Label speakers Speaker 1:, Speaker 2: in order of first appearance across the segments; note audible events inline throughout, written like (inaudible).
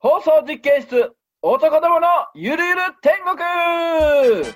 Speaker 1: 放送実験室、男どものゆるゆる天国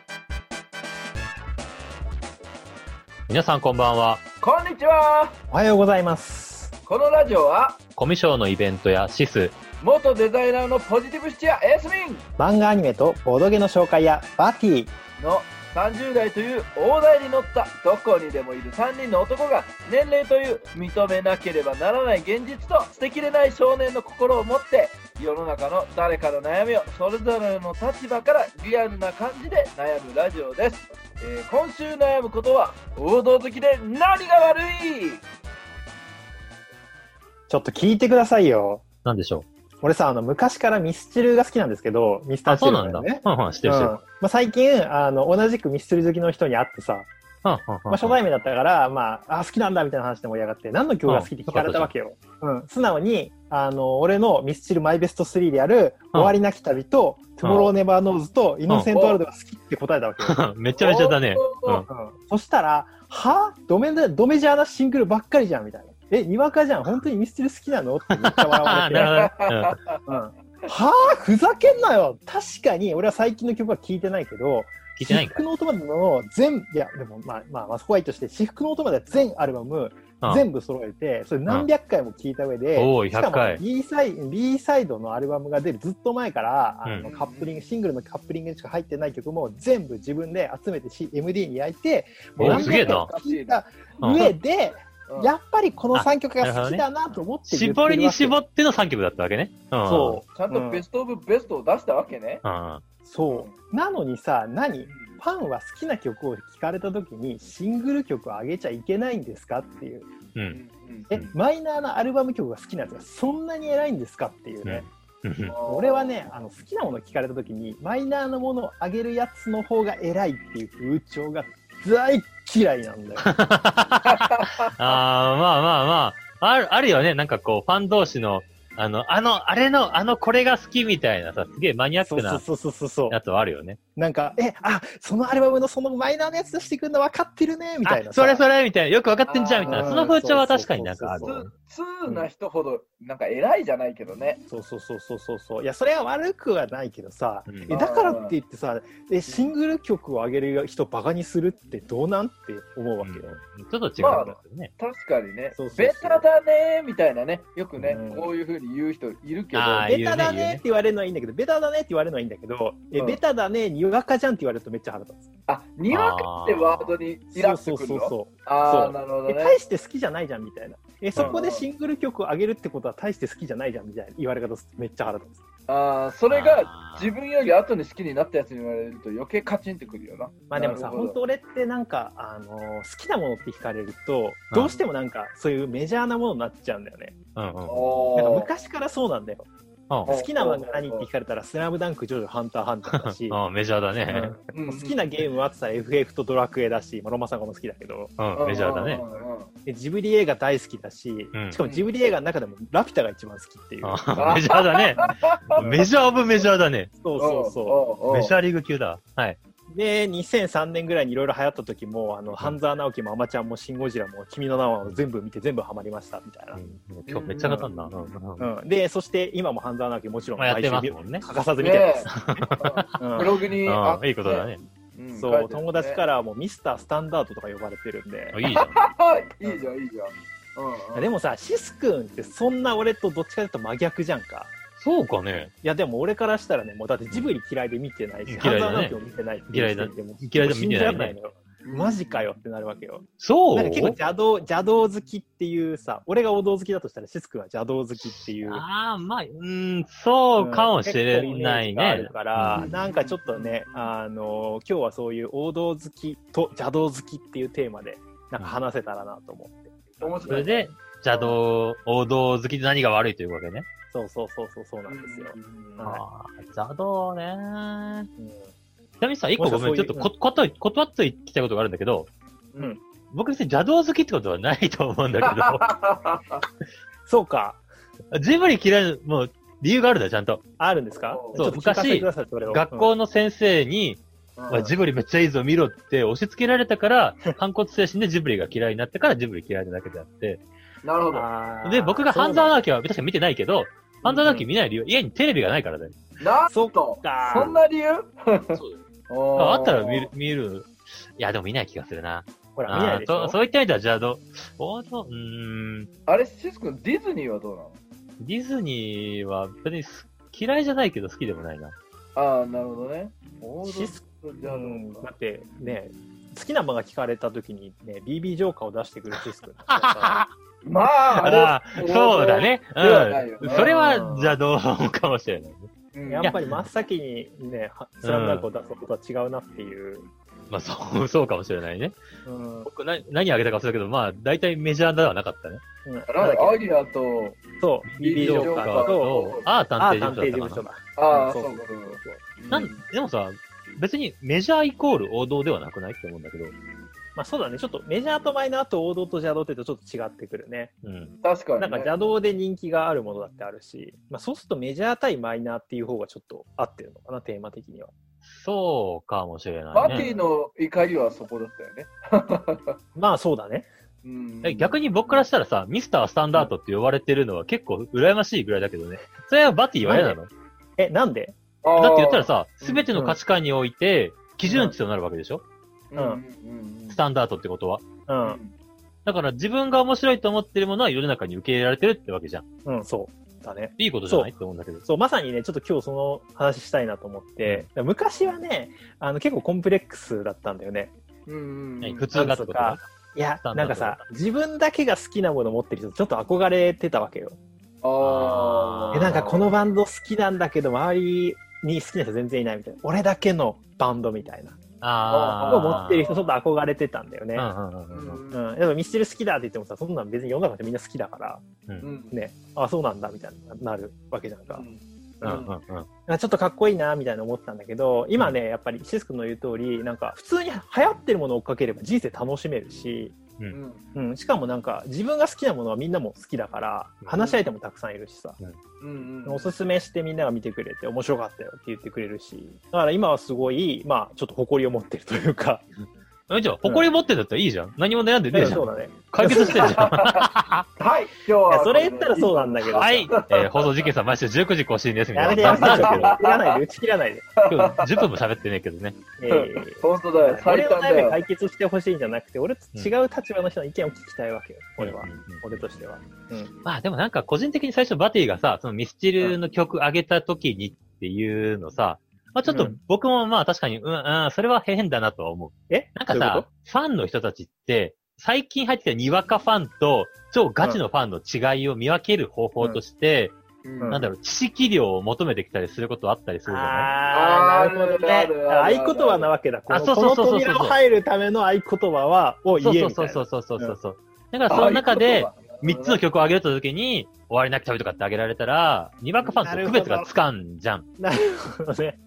Speaker 2: 皆さんこんばんは。
Speaker 1: こんにちは
Speaker 3: おはようございます。
Speaker 1: このラジオは、
Speaker 2: コミショのイベントやシス、
Speaker 1: 元デザイナーのポジティブシチアエースミン
Speaker 3: 漫画アニメとボードゲの紹介やバティ、
Speaker 1: の30代という大台に乗ったどこにでもいる3人の男が年齢という認めなければならない現実と捨てきれない少年の心を持って世の中の誰かの悩みをそれぞれの立場からリアルな感じで悩むラジオです、えー今週悩むことは王道好きで何が悪い
Speaker 3: ちょっと聞いてくださいよ。
Speaker 2: なんでしょ
Speaker 3: 俺さ、あの、昔からミスチルが好きなんですけど、ミス
Speaker 2: う。
Speaker 3: ター
Speaker 2: あ、
Speaker 3: チ
Speaker 2: そう
Speaker 3: ル
Speaker 2: なんだ。
Speaker 3: よね。
Speaker 2: うんうん、知って
Speaker 3: う
Speaker 2: る
Speaker 3: ん
Speaker 2: 知ってる。
Speaker 3: まあ、最近、あの、同じくミスチル好きの人に会ってさ、
Speaker 2: うんうんうんうん
Speaker 3: まあ、初対面だったから、まあ、あ、好きなんだみたいな話で盛り上がって、何の曲が好きって聞かれたわけよ。うん。素直に、あの、俺のミスチルマイベスト3である、
Speaker 2: うん
Speaker 3: 終わりなき旅と、トゥモローネバーノーズと、イノセントワールドが好きって答えたわけよ。
Speaker 2: (laughs) めっちゃめちゃだね。うん
Speaker 3: うんそしたら、はドメだ、ドメジャーなシングルばっかりじゃんみたいな。え、にわかじゃん本当にミスチル好きなのってめっちゃ笑
Speaker 2: あ
Speaker 3: わ
Speaker 2: あ、
Speaker 3: れて。
Speaker 2: なるほどね。
Speaker 3: うん、はあふざけんなよ確かに、俺は最近の曲は聴いてないけ
Speaker 2: う
Speaker 3: ど、
Speaker 2: ん聞いてない
Speaker 3: 私
Speaker 2: か
Speaker 3: (laughs) 服の音までの全、いや、でもまあ、まあ、まあ、そこはいいとして、私服の音までは全アルバム、
Speaker 2: ら。うん
Speaker 3: 全部揃えて、それ何百回も聴いた上で、
Speaker 2: おー
Speaker 3: しか
Speaker 2: 100回
Speaker 3: も B サイ B サイドのアルバムが出るずっと前から、あの
Speaker 1: うん
Speaker 3: カップリング、シングルのカップリングにしか入ってない曲も全部自分で集めてし MD に焼いて、
Speaker 2: お
Speaker 3: 何
Speaker 2: すげえ
Speaker 3: 百回
Speaker 2: な
Speaker 3: も聴いた上で、
Speaker 1: うん
Speaker 3: やっぱりこの3曲が好きだなと思って言ってる
Speaker 2: 絞りに絞
Speaker 3: っ
Speaker 2: っての3曲だったわけね。うん。
Speaker 3: そう
Speaker 1: ちゃんとベストオブベストを出したわけね。
Speaker 2: う。うん。
Speaker 3: そう。なのにさ、何ファンは好きな曲を聞かれた時にシングル曲を上げちゃいけないんですかっていう。
Speaker 2: う。
Speaker 1: うんんうん
Speaker 3: え、
Speaker 2: うん
Speaker 3: マイナーなアルバム曲が好きなやつがそんなに偉いんですかっていうね。
Speaker 2: うん
Speaker 3: 俺は、ねあの好きなものを聞かれた時にマイナーなものをあげるやつの方が偉いっていう風潮が大嫌いなんだよ。
Speaker 2: (laughs) ああ、まあまあまあ。ある、あるよね。なんかこう、ファン同士の、あの、あの、あれの、あの、これが好きみたいなさ、すげえマニアッ
Speaker 3: そう
Speaker 2: ク
Speaker 3: そう
Speaker 2: な
Speaker 3: そうそうそうそう
Speaker 2: やつはあるよね。
Speaker 3: なんかえあそのアルバムのそのマイナーなやつ出してくるの分かってるねみたいな
Speaker 2: あ、
Speaker 3: さ
Speaker 2: それそれみたいな。よくわかってんじゃんみたい
Speaker 3: あ
Speaker 2: な。
Speaker 3: ー
Speaker 2: その風潮は確かになんかある
Speaker 3: そうそうそう。
Speaker 1: ツーな人ほど、なんか偉いじゃないけどね。
Speaker 3: そうそうそうそうそうそういやそれは悪くはないけどさ、
Speaker 2: うん
Speaker 3: えだからって言ってさえシングル曲を上げる人バカにするってどうなんって思うわけよ、
Speaker 2: うんちょっと違うんですよね。
Speaker 1: 確かにね
Speaker 3: そうそう、そう
Speaker 1: ベタだねーみたいなね、よくね
Speaker 3: う、ん
Speaker 1: こういうふうに言う人いるけど、
Speaker 2: あー
Speaker 3: ベタだねって言われるのはいいんだけど、ベタだねって言われるのはいいんだけど、え
Speaker 1: うん
Speaker 3: ベタだねにわかじゃんって言われるとめっちゃ腹立つ
Speaker 1: あ、にわかってワードにイラっ
Speaker 3: そ
Speaker 1: て
Speaker 3: う
Speaker 1: く
Speaker 3: そ
Speaker 1: る
Speaker 3: うそう
Speaker 1: の
Speaker 3: そう
Speaker 1: あ
Speaker 3: そ
Speaker 1: ー、
Speaker 3: う
Speaker 1: なるほど
Speaker 3: え
Speaker 1: ね。
Speaker 3: 大して好きじゃないじゃんみたいなえそこでシングル曲を上げるってことは大して好きじゃないじゃんみたいな言われ方するとめっちゃ腹立つ、
Speaker 1: あーそ
Speaker 2: そ
Speaker 1: れが、自分より後に好きになったやつに言われると余計カチンってくるよな。
Speaker 3: まあ、でもさ
Speaker 1: なるほど
Speaker 3: 本当俺ってなんか、あのー好きなものって聞かれるとどうしてもなんかそういうメジャーなものになっちゃうんだよね
Speaker 2: うんうん。
Speaker 1: お
Speaker 3: なんか
Speaker 1: ー
Speaker 3: 昔からそうなんだよ
Speaker 2: う
Speaker 3: 好きな漫画何って聞かれたら「スラムダンクジョジョハンターハンター」だし、
Speaker 2: んああ、メジャーだ
Speaker 3: う
Speaker 2: ね
Speaker 3: ん。
Speaker 1: うん
Speaker 3: 好きなゲームはって言ったら FF とドラクエだし、まあ、ロマサゴも好きだけど
Speaker 2: うん、メジャーだね。。
Speaker 1: うんうんうん
Speaker 3: でジブリ映画大好きだし、
Speaker 2: うん
Speaker 3: しかもジブリ映画の中でも「ラピュタ」が一番好きっていう、
Speaker 2: あ (laughs) あメジャーだね。メジャーオブメジャーだね。
Speaker 3: そうそうそ
Speaker 1: おうおう
Speaker 2: メジャーリーグ級だ。はい。
Speaker 3: うで2003年ぐらいにいろいろ流行った時もあの、半沢直樹も「アマちゃん」も「シン・ゴジラ」も「君の名は」を全部見て全部ハマりましたみたいな、
Speaker 2: うん今日めっちゃ語んな。うんうんうん
Speaker 3: うんでそして今も半沢直樹もちろん
Speaker 2: まあやってます
Speaker 3: 毎週
Speaker 2: もんね。
Speaker 3: 欠かさず見てま
Speaker 1: ね
Speaker 3: す、う (laughs)
Speaker 1: え
Speaker 3: ん
Speaker 1: ブログにあっ
Speaker 2: う
Speaker 1: て
Speaker 2: ん、いいことだね。
Speaker 1: うん書いてあ
Speaker 3: そう
Speaker 1: るね
Speaker 3: 友達からはもうミスタースタンダードとか呼ばれてるんで
Speaker 2: あいいじゃん。
Speaker 1: はいいいじゃんいいじゃん。うんうん
Speaker 3: でもさシス君ってそんな俺とどっちかというと真逆じゃんか
Speaker 2: そうかね。
Speaker 3: いやでも俺からしたらねもうだってジブリ嫌いで見てないし
Speaker 2: 嫌いだ
Speaker 3: 半
Speaker 2: ね
Speaker 3: 沢直樹も見てないっていう時点でもう
Speaker 2: 嫌いだ嫌いだ
Speaker 3: 信じられない
Speaker 2: 見
Speaker 3: のよマジかよってなるわけよ
Speaker 2: そう
Speaker 3: なんか結構邪道邪道好きっていうさ俺が王道好きだとしたらシス君は邪道好きっていう
Speaker 2: ああ、まあ、うん、そうかもしれない
Speaker 3: 結構イメージがあ
Speaker 2: ね
Speaker 3: る。から、
Speaker 2: うん
Speaker 3: なんかちょっとね、あの今日はそういう王道好きと邪道好きっていうテーマで、なんか話せたらなと思って。
Speaker 1: 面
Speaker 2: そ
Speaker 1: 白
Speaker 2: れ
Speaker 1: い。
Speaker 2: で、邪道、王道好きで何が悪いというわけね。
Speaker 3: そうそうそうそう、そうなんですよ。
Speaker 1: うん
Speaker 3: はい
Speaker 2: ああ、邪道ね
Speaker 3: うん
Speaker 2: ちなみにさ、一個ごめん、ちょっとこ、こと、断って聞きたいことがあるんだけど、
Speaker 1: うん
Speaker 2: 僕別に邪道好きってことはないと思うんだけど、
Speaker 3: そうか、 (laughs)
Speaker 2: ジブリ嫌い、もう、理由があるんだ、ちゃんと。
Speaker 3: あるんですか
Speaker 2: そう
Speaker 3: ちょっと聞かせてくださいそれを
Speaker 2: 学校の先生に、
Speaker 1: うん
Speaker 2: まあジブリめっちゃいいぞ、見ろって押し付けられた
Speaker 3: (laughs)
Speaker 2: から、反骨精神でジブリが嫌いになったから、ジブリ嫌いなだけであって。
Speaker 1: なるほど。
Speaker 3: あー
Speaker 2: で、僕が半沢直樹は確かに見てないけど、犯罪ドッキリ見ない理由、家にテレビがないからだよ。
Speaker 1: な
Speaker 3: そっ
Speaker 1: と
Speaker 3: か
Speaker 1: そんな理由
Speaker 4: そう
Speaker 1: (laughs)
Speaker 4: だよ。
Speaker 2: あったら見る、。見る。いや、でも見ない気がするな。
Speaker 3: ほら、見な
Speaker 2: あ
Speaker 3: い
Speaker 2: ー
Speaker 3: でし
Speaker 2: そ
Speaker 3: ょ
Speaker 2: うそういった意味では、じゃあどう、王道うーん、
Speaker 1: あれ、シス君、ディズニーはどうなの
Speaker 2: ディズニーは別にす嫌いじゃないけど好きでもないな。
Speaker 1: ああ、なるほどね。王道
Speaker 3: シス
Speaker 1: じゃあ
Speaker 3: うんだってね、好きな漫画聞かれたときにね、BB ジョーカーを出してくるシス君だか
Speaker 1: まあ、あれ
Speaker 2: あーそうだ。ね。
Speaker 1: ではないよ
Speaker 2: う
Speaker 1: ね
Speaker 2: ん。それは邪道かもしれ (laughs) ないね。
Speaker 1: うん
Speaker 3: ら、やっぱり真っ先にね、はスラムダンクを出すことは違うなっていう。
Speaker 2: まあ、そう、 (laughs) そうかもしれないね。
Speaker 3: うん。
Speaker 2: 僕、な何あげたか忘れたけど、まあ、大体メジャーではなかったね。
Speaker 3: うんなんだっ
Speaker 1: なんだア
Speaker 3: け
Speaker 1: イリアと、
Speaker 3: そう、
Speaker 1: BB
Speaker 3: BB ジョーカーと、
Speaker 2: と、ああ、探
Speaker 3: ああ、
Speaker 2: 偵事務所
Speaker 3: 探偵事
Speaker 2: だっ
Speaker 3: 務
Speaker 2: た
Speaker 3: 所
Speaker 2: か
Speaker 3: だ。
Speaker 1: ああ、
Speaker 3: そ
Speaker 1: そうう
Speaker 3: そ
Speaker 1: か
Speaker 3: う
Speaker 1: そうか。
Speaker 2: な。なん、でもさ、別にメジャーイコール王道ではなくないって思うんだけど。
Speaker 3: まあそうだね、ちょっとメジャーとマイナーと王道と邪道って言うとちょっと違ってくるね。
Speaker 2: うん。
Speaker 1: 確かに、
Speaker 3: な
Speaker 1: ね。
Speaker 3: んか邪道で人気があるものだってあるし、まあそうするとメジャー対マイナーっていう方がちょっと合ってるのかな、テーマ的には。
Speaker 2: そうかもしれ
Speaker 1: バ
Speaker 2: ない
Speaker 1: ティ
Speaker 2: ね。
Speaker 1: の怒りはそこだったよね。
Speaker 3: まあそうだね。
Speaker 1: うん
Speaker 2: え逆に僕からしたらさ、ミスタースタンダードって呼ばれてるのは結構羨ましいぐらいだけどね。それはバティは嫌なの
Speaker 3: え、なんで
Speaker 1: あー
Speaker 2: だって言ったら、さ、
Speaker 1: うん
Speaker 2: すべての価値観において、基準値となるわけでしょ
Speaker 1: うんうん
Speaker 2: スタンダードってことは。
Speaker 3: う。
Speaker 1: うんん、
Speaker 2: だから自分が面白いと思ってるものは世の中に受け入れられてるってわけじゃん。
Speaker 3: うん、そう。だね。
Speaker 2: いいことじゃないって思うんだけど。
Speaker 3: そう、まさにね、ちょっと今日その話したいなと思って、昔はね、あの結構コンプレックスだったんだよね。
Speaker 1: うんうん
Speaker 2: 何普通がってこと
Speaker 3: なん
Speaker 2: か
Speaker 3: といや
Speaker 2: スタ、ンダード
Speaker 3: なんかさ、自分だけが好きなもの持ってる人、ちょっと憧れてたわけよ。
Speaker 1: ああ。
Speaker 2: ー
Speaker 3: え、なんかこのバンド好きなんだけど、周りに好きな人全然いないみたいな。俺だけのバンドみたいな。
Speaker 2: ああ。
Speaker 3: を持ってる人、ちょっと憧れてたんだよね
Speaker 2: う。んうん
Speaker 1: う
Speaker 2: うんうん。
Speaker 1: ん
Speaker 3: うん。やっぱミスチル好きだって言ってもさ、そんなん別に世の中でみんな好きだから、
Speaker 1: うん
Speaker 3: ね、あ、そうなんだみたいになるわけじゃんか。
Speaker 2: うんうんうん。
Speaker 3: あちょっとかっこいいなみたいな思ったんだけど今ねやっぱりシス君の言う通りなんか普通に流行ってるものを追っかければ人生楽しめるし、
Speaker 1: うん
Speaker 3: うん、しかもなんか自分が好きなものはみんなも好きだから
Speaker 2: うん
Speaker 3: 話し相手もたくさんいるしさ、
Speaker 1: うん
Speaker 3: おすすめしてみんなが見てくれて面白かったよって言ってくれるしだから今はすごいまあちょっと誇りを持ってるというか
Speaker 2: えじゃあ、誇り持ってんだったらいいじゃん。何も悩んでねえじゃ。
Speaker 3: そうんだね
Speaker 2: 解決してんじゃん。
Speaker 1: はい、今日
Speaker 3: いや
Speaker 1: は。
Speaker 3: それ言ったらそう
Speaker 1: う。
Speaker 3: なんだけどさ
Speaker 2: はい。えー、放送事件さん、毎週19時更新ですみ
Speaker 3: や
Speaker 2: た
Speaker 3: め
Speaker 2: い
Speaker 3: て
Speaker 2: な。
Speaker 3: やめて
Speaker 2: なんだけ
Speaker 3: 打ち切らないで打ち切らな
Speaker 2: ど、
Speaker 3: いで、 (laughs)
Speaker 2: 今日10分も喋ってねえけどね。
Speaker 3: えー
Speaker 1: 本当だよ、最
Speaker 3: 俺の
Speaker 1: 短だ
Speaker 3: 悩み
Speaker 1: よ。
Speaker 3: 解決してほしいんじゃなくて俺と違う立場の人の意見を聞きたいわけよ俺は
Speaker 2: うんうんうん
Speaker 3: 俺としては。
Speaker 2: まあでもなんか個人的に最初バティがさ、そのミスチルの曲上げた時にっていうのさ、まあちょっ
Speaker 3: う
Speaker 2: と
Speaker 3: ん
Speaker 2: 僕もまあ確かに、うん、うん、それは変だなとは思う。
Speaker 3: え
Speaker 2: なんか
Speaker 3: どういうこ
Speaker 2: さ、ファンの人たちって、最近入ってきたにわかファンと超ガチのファンの違いを見分ける方法として、
Speaker 1: うん
Speaker 2: なんだろう、知識量を求めてきたりすることあったりするじゃない
Speaker 3: あーなるほどね。
Speaker 1: あるあるあるある
Speaker 3: 合言葉なわけだ。こ
Speaker 2: あ
Speaker 3: の
Speaker 2: そうそうそうそう
Speaker 3: この扉を入るための合言葉は、を
Speaker 2: そ
Speaker 3: 言
Speaker 2: う
Speaker 3: え
Speaker 2: そうそ
Speaker 3: みたいうな。
Speaker 2: そうそうそうそうそう。だからその中で、3つの
Speaker 1: 曲。
Speaker 2: 曲を上げた時に、終わりなき旅とかってあげられたら、にわかファンと区別がつかんじゃん。
Speaker 3: なるほどね。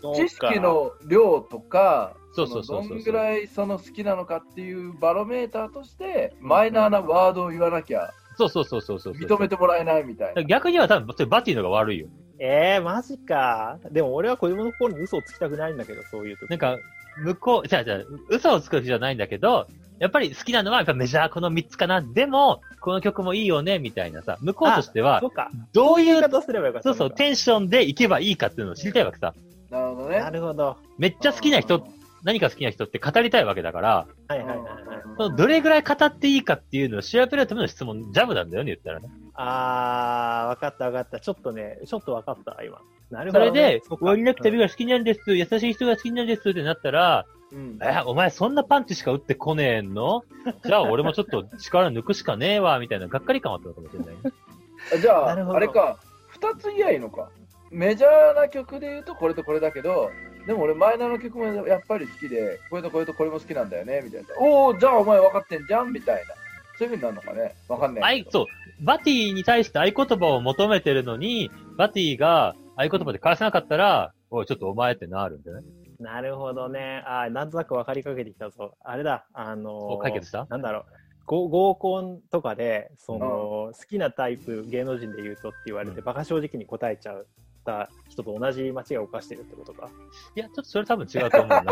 Speaker 1: その知識の量とか、
Speaker 2: そうそうそうそう
Speaker 1: のどんぐらいその好きなのかっていうバロメーターとして、マイナーなワードを言わなきゃ
Speaker 2: そうそうそうそうそうそう。
Speaker 1: 認めてもらえないみたいな。
Speaker 2: 逆には多分、それバティのが悪いよ。
Speaker 3: えー、マジか。でも俺は子供の頃に嘘をつきたくないんだけど、そういう時。
Speaker 2: なんか、向こう、じゃあじゃあ嘘をつく気じゃないんだけど、やっぱり好きなのはやっぱメジャーこの3つかな。でも、この曲もいいよね、みたいなさ。向こうとしては
Speaker 3: そ、うか。
Speaker 2: どうい、
Speaker 3: 言いう方すればよかった
Speaker 2: そ
Speaker 3: の
Speaker 2: う
Speaker 3: か。
Speaker 2: そう、テンションでいけばいいかっていうのを知りたいわけさ。
Speaker 1: なるほどね。
Speaker 3: なるほど。
Speaker 2: めっちゃ好きな人、何か好きな人って語りたいわけだから、
Speaker 3: はい
Speaker 1: うん、
Speaker 3: はいはいはい。
Speaker 2: そのどれぐらい語っていいかっていうのを調べるための質問、ジャブなんだよね、言ったらね。
Speaker 3: あー、わかったわかった。ちょっとね、ちょっとわかった、今。なる
Speaker 2: そ
Speaker 3: ほど
Speaker 2: れ
Speaker 3: ね、
Speaker 2: で、
Speaker 3: そうか
Speaker 2: 終わりなき旅が好きなんです、優しい人が好きなんですってなったら、
Speaker 1: うん
Speaker 2: え、お前そんなパンチしか打ってこねえの (laughs) じゃあ俺もちょっと力抜くしかねえわ、みたいな、がっかり感はあったのかもしれないね。
Speaker 1: じゃあ、
Speaker 3: なるほど
Speaker 1: あれか、2つ言えばいいのか。メジャーな曲で言うとこれとこれだけど、でも俺マイナーの曲もやっぱり好きで、これとこれとこれも好きなんだよね、みたいな。おお、じゃあお前分かってんじゃん、みたいな。そういう風になるのかね。分かん
Speaker 2: あ
Speaker 1: ない
Speaker 2: い
Speaker 1: け、ど。
Speaker 2: そう、バティに対して合言葉を求めてるのに、バティが合言葉で返せなかったら、おい、ちょっとお前ってなるんじゃない
Speaker 3: なるほどね。あーなんとなく分かりかけてきたぞ。あれだ、あの
Speaker 2: お
Speaker 3: ー
Speaker 2: 解決した
Speaker 3: なんだろう。合合コンとかで、その、好きなタイプ、芸能人で言うとって言われて、
Speaker 2: う
Speaker 3: 馬鹿正直に答えちゃうした人と同じ間違いを犯してるってことか。
Speaker 2: いや、ちょっとそれ多分違うと思
Speaker 3: (laughs)
Speaker 2: うな。
Speaker 3: い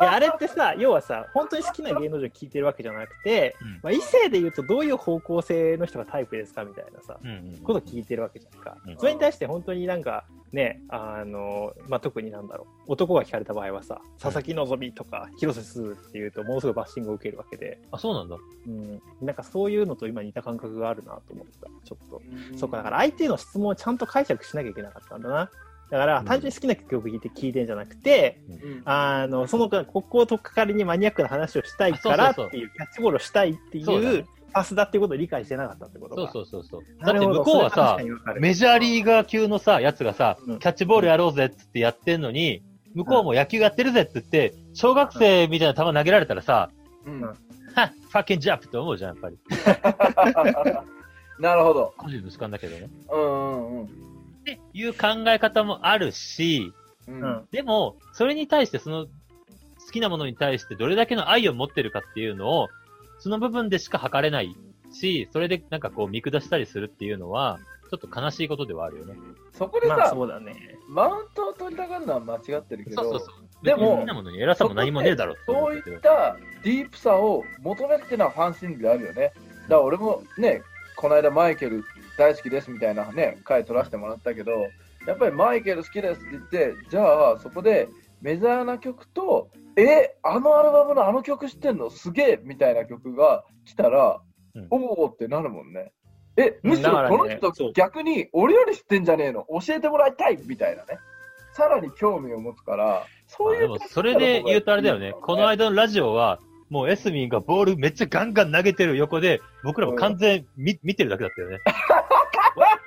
Speaker 3: やあれってさ、要はさ、本当に好きな芸能人を聞いてるわけじゃなくて、
Speaker 2: うん
Speaker 3: まあ、異性で言うとどういう方向性の人がタイプですかみたいなさ、
Speaker 2: うんうんうん
Speaker 3: ことを聞いてるわけじゃんか。
Speaker 2: うん
Speaker 3: それに対して本当になんか、ね、あの、まあ、特になんだろう、男が聞かれた場合はさ、佐々木希とか広瀬すずっていうと、ものすごいバッシングを受けるわけで、
Speaker 2: あ、そうなんだ。
Speaker 3: うん、なんかそういうのと今似た感覚があるなと思った、ちょっと。
Speaker 1: ん
Speaker 3: そうか、だから相手の質問をちゃんと解釈しなきゃいけなかったんだな。だから、単純に好きな曲を聴いて聞いてんじゃなくて、
Speaker 1: うん
Speaker 3: あの、その子がここを取っかかりにマニアックな話をしたいから
Speaker 2: あ
Speaker 3: って
Speaker 2: そうそうそう
Speaker 3: いう、キャッチボールをしたいってい
Speaker 2: そうだね
Speaker 3: う、パスだってことを理解してなかったってこと
Speaker 2: そ
Speaker 3: か
Speaker 2: う。そうそうそう。だ
Speaker 3: な
Speaker 2: っ
Speaker 3: る
Speaker 2: て
Speaker 3: ほど
Speaker 2: 向こうはさ
Speaker 3: それ、確かにわかる
Speaker 2: メジャーリーガー級のさ、やつがさ、
Speaker 3: うん
Speaker 2: キャッチボールやろうぜっつってやってんのに、向こうも野球やってるぜって言って、小学生みたいな球投げられたらさ、
Speaker 1: うん
Speaker 3: うん
Speaker 2: はっ、 (laughs) ファッキンジャンプって思うじゃん、やっぱり。
Speaker 1: (laughs) なるほど。
Speaker 2: 個人の主観だけどね。
Speaker 1: うんうん
Speaker 2: っていう考え方もあるし、
Speaker 1: うん。
Speaker 3: う
Speaker 1: うんん。
Speaker 2: でも、それに対して、その、好きなものに対してどれだけの愛を持ってるかっていうのを、その部分でしか測れないし、それでなんかこう見下したりするっていうのは、ちょっと悲しいことではあるよね。
Speaker 1: そこでさ、
Speaker 3: まあそうだね。
Speaker 1: マウントを取りたがるのは間違ってるけど、
Speaker 2: そうそうそう。
Speaker 1: で
Speaker 2: 別に
Speaker 1: も
Speaker 2: 好きなものに偉さも何もねえだろって
Speaker 1: そ
Speaker 2: 思
Speaker 1: う
Speaker 2: っ
Speaker 1: い
Speaker 2: てるけ
Speaker 1: っ
Speaker 2: ど
Speaker 1: たディープさを求めるっていうのはファンシングであるよね。だから俺もね、この間マイケル大好きですみたいなね、回取らせてもらったけど、やっぱりマイケル好きですって言って、じゃあそこでメジャーな曲と、え、あのアルバムのあの曲知ってんのすげえみたいな曲が来たら、
Speaker 2: うん
Speaker 1: おおってなるもんね。え、むしろ
Speaker 3: だからね
Speaker 1: この人
Speaker 3: そう
Speaker 1: 逆に俺より知ってんじゃねえの教えてもらいたいみたいなね。さらに興味を持つから、そう
Speaker 2: あ
Speaker 1: い
Speaker 2: で
Speaker 1: う
Speaker 2: も、それで言うとあれだよね。この間のラジオは、もうエスミンがボールめっちゃガンガン投げてる横で、僕らも完全に見見てるだけだったよね。わ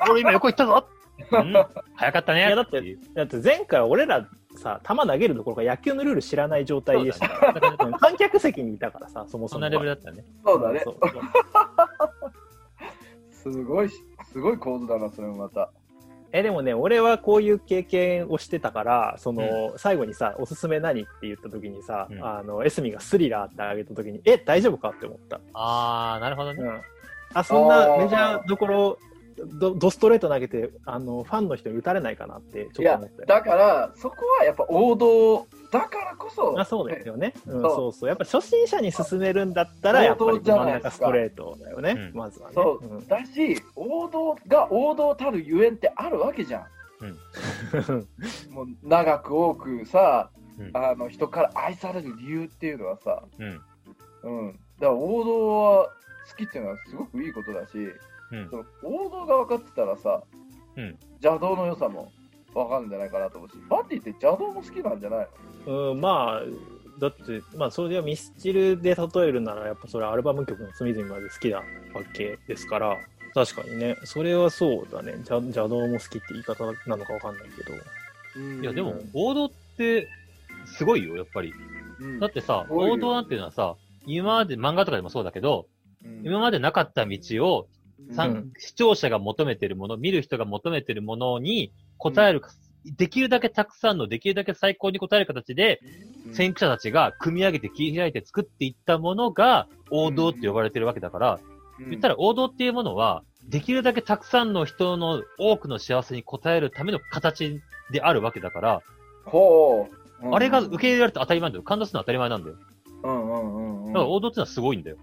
Speaker 2: 俺今横行ったぞうん早かったね
Speaker 3: いやだって
Speaker 2: ていう
Speaker 3: だって前回俺らさ、球投げるどころか野球のルール知らない状態でしたか
Speaker 2: そうだね
Speaker 3: ら、うん観客席にいたからさ、そも
Speaker 2: そ
Speaker 3: そ
Speaker 2: ん
Speaker 3: もは。
Speaker 2: なレベルだったね。
Speaker 1: そうだね。
Speaker 3: そうそう
Speaker 1: すごいし、すごい構図だな、それもまた。
Speaker 3: えでもね俺はこういう経験をしてたからその、最後にさ「おすすめ何?」って言った時にさ、
Speaker 2: うん
Speaker 3: あのエスミが「スリラー」ってあげた時に「え大丈夫か?」って思った、
Speaker 2: あー、なるほど
Speaker 3: う
Speaker 2: ね。
Speaker 3: ん、あそんな
Speaker 1: あー
Speaker 3: メジャーどころどどストレート投げてあのファンの人に打たれないかなって
Speaker 1: い
Speaker 3: ちょっ
Speaker 1: や
Speaker 3: と思った、よ
Speaker 1: だから、そこはやっぱ王道だからこそ、
Speaker 3: あそうですよね、うん、
Speaker 1: そう
Speaker 3: そうそうやっぱ初心者に勧めるんだったらやっぱり
Speaker 1: 王道じゃ
Speaker 3: 真ん
Speaker 1: ないで
Speaker 3: 中
Speaker 1: す
Speaker 3: ス
Speaker 1: か
Speaker 3: トレートだよね、
Speaker 2: うん
Speaker 3: まずはね
Speaker 1: そ
Speaker 3: うん
Speaker 1: だし、王道が王道たるゆえんってあるわけじゃん。もう長く多くさ、
Speaker 2: うん
Speaker 1: あの人から愛される理由っていうのはさ、
Speaker 2: うん。
Speaker 1: うん、だから王道は好きっていうのはすごくいいことだし、
Speaker 2: うん
Speaker 1: そ。の王道が分かってたらさ、
Speaker 2: うん
Speaker 1: 邪道の良さも分かるんじゃないかなと思うし、バティって邪道も好きなんじゃないの
Speaker 3: うん、 (laughs) まあだってまあそれでミスチルで例えるならやっぱそれアルバム曲の隅々まで好きなわけですから確かにねそれはそうだね邪邪道も好きって言い方なのかわかんないけど
Speaker 1: うん
Speaker 2: いや、でも、王道って、すごいよ、やっぱり。
Speaker 1: うん
Speaker 2: だってさ、
Speaker 1: すごいよ
Speaker 2: 王道なんていうのはさ、今まで、漫画とかでもそうだけど、
Speaker 1: うん
Speaker 2: 今までなかった道をさん
Speaker 3: うん
Speaker 2: 視聴者が求めてるもの、見る人が求めてるものに答えるか、できるだけたくさんの、できるだけ最高に答える形で、
Speaker 1: うん
Speaker 2: 先駆者たちが組み上げて切り開いて作っていったものが王道って呼ばれてるわけだから、言ったら王道っていうものは、できるだけたくさんの人の多くの幸せに応えるための形であるわけだから、
Speaker 1: ほう、うん
Speaker 2: あれが受け入れられて当たり前なんだよ。感動するのは当たり前なんだよ。
Speaker 1: うんうんうんうん
Speaker 2: だから王道ってのはすごいんだよ。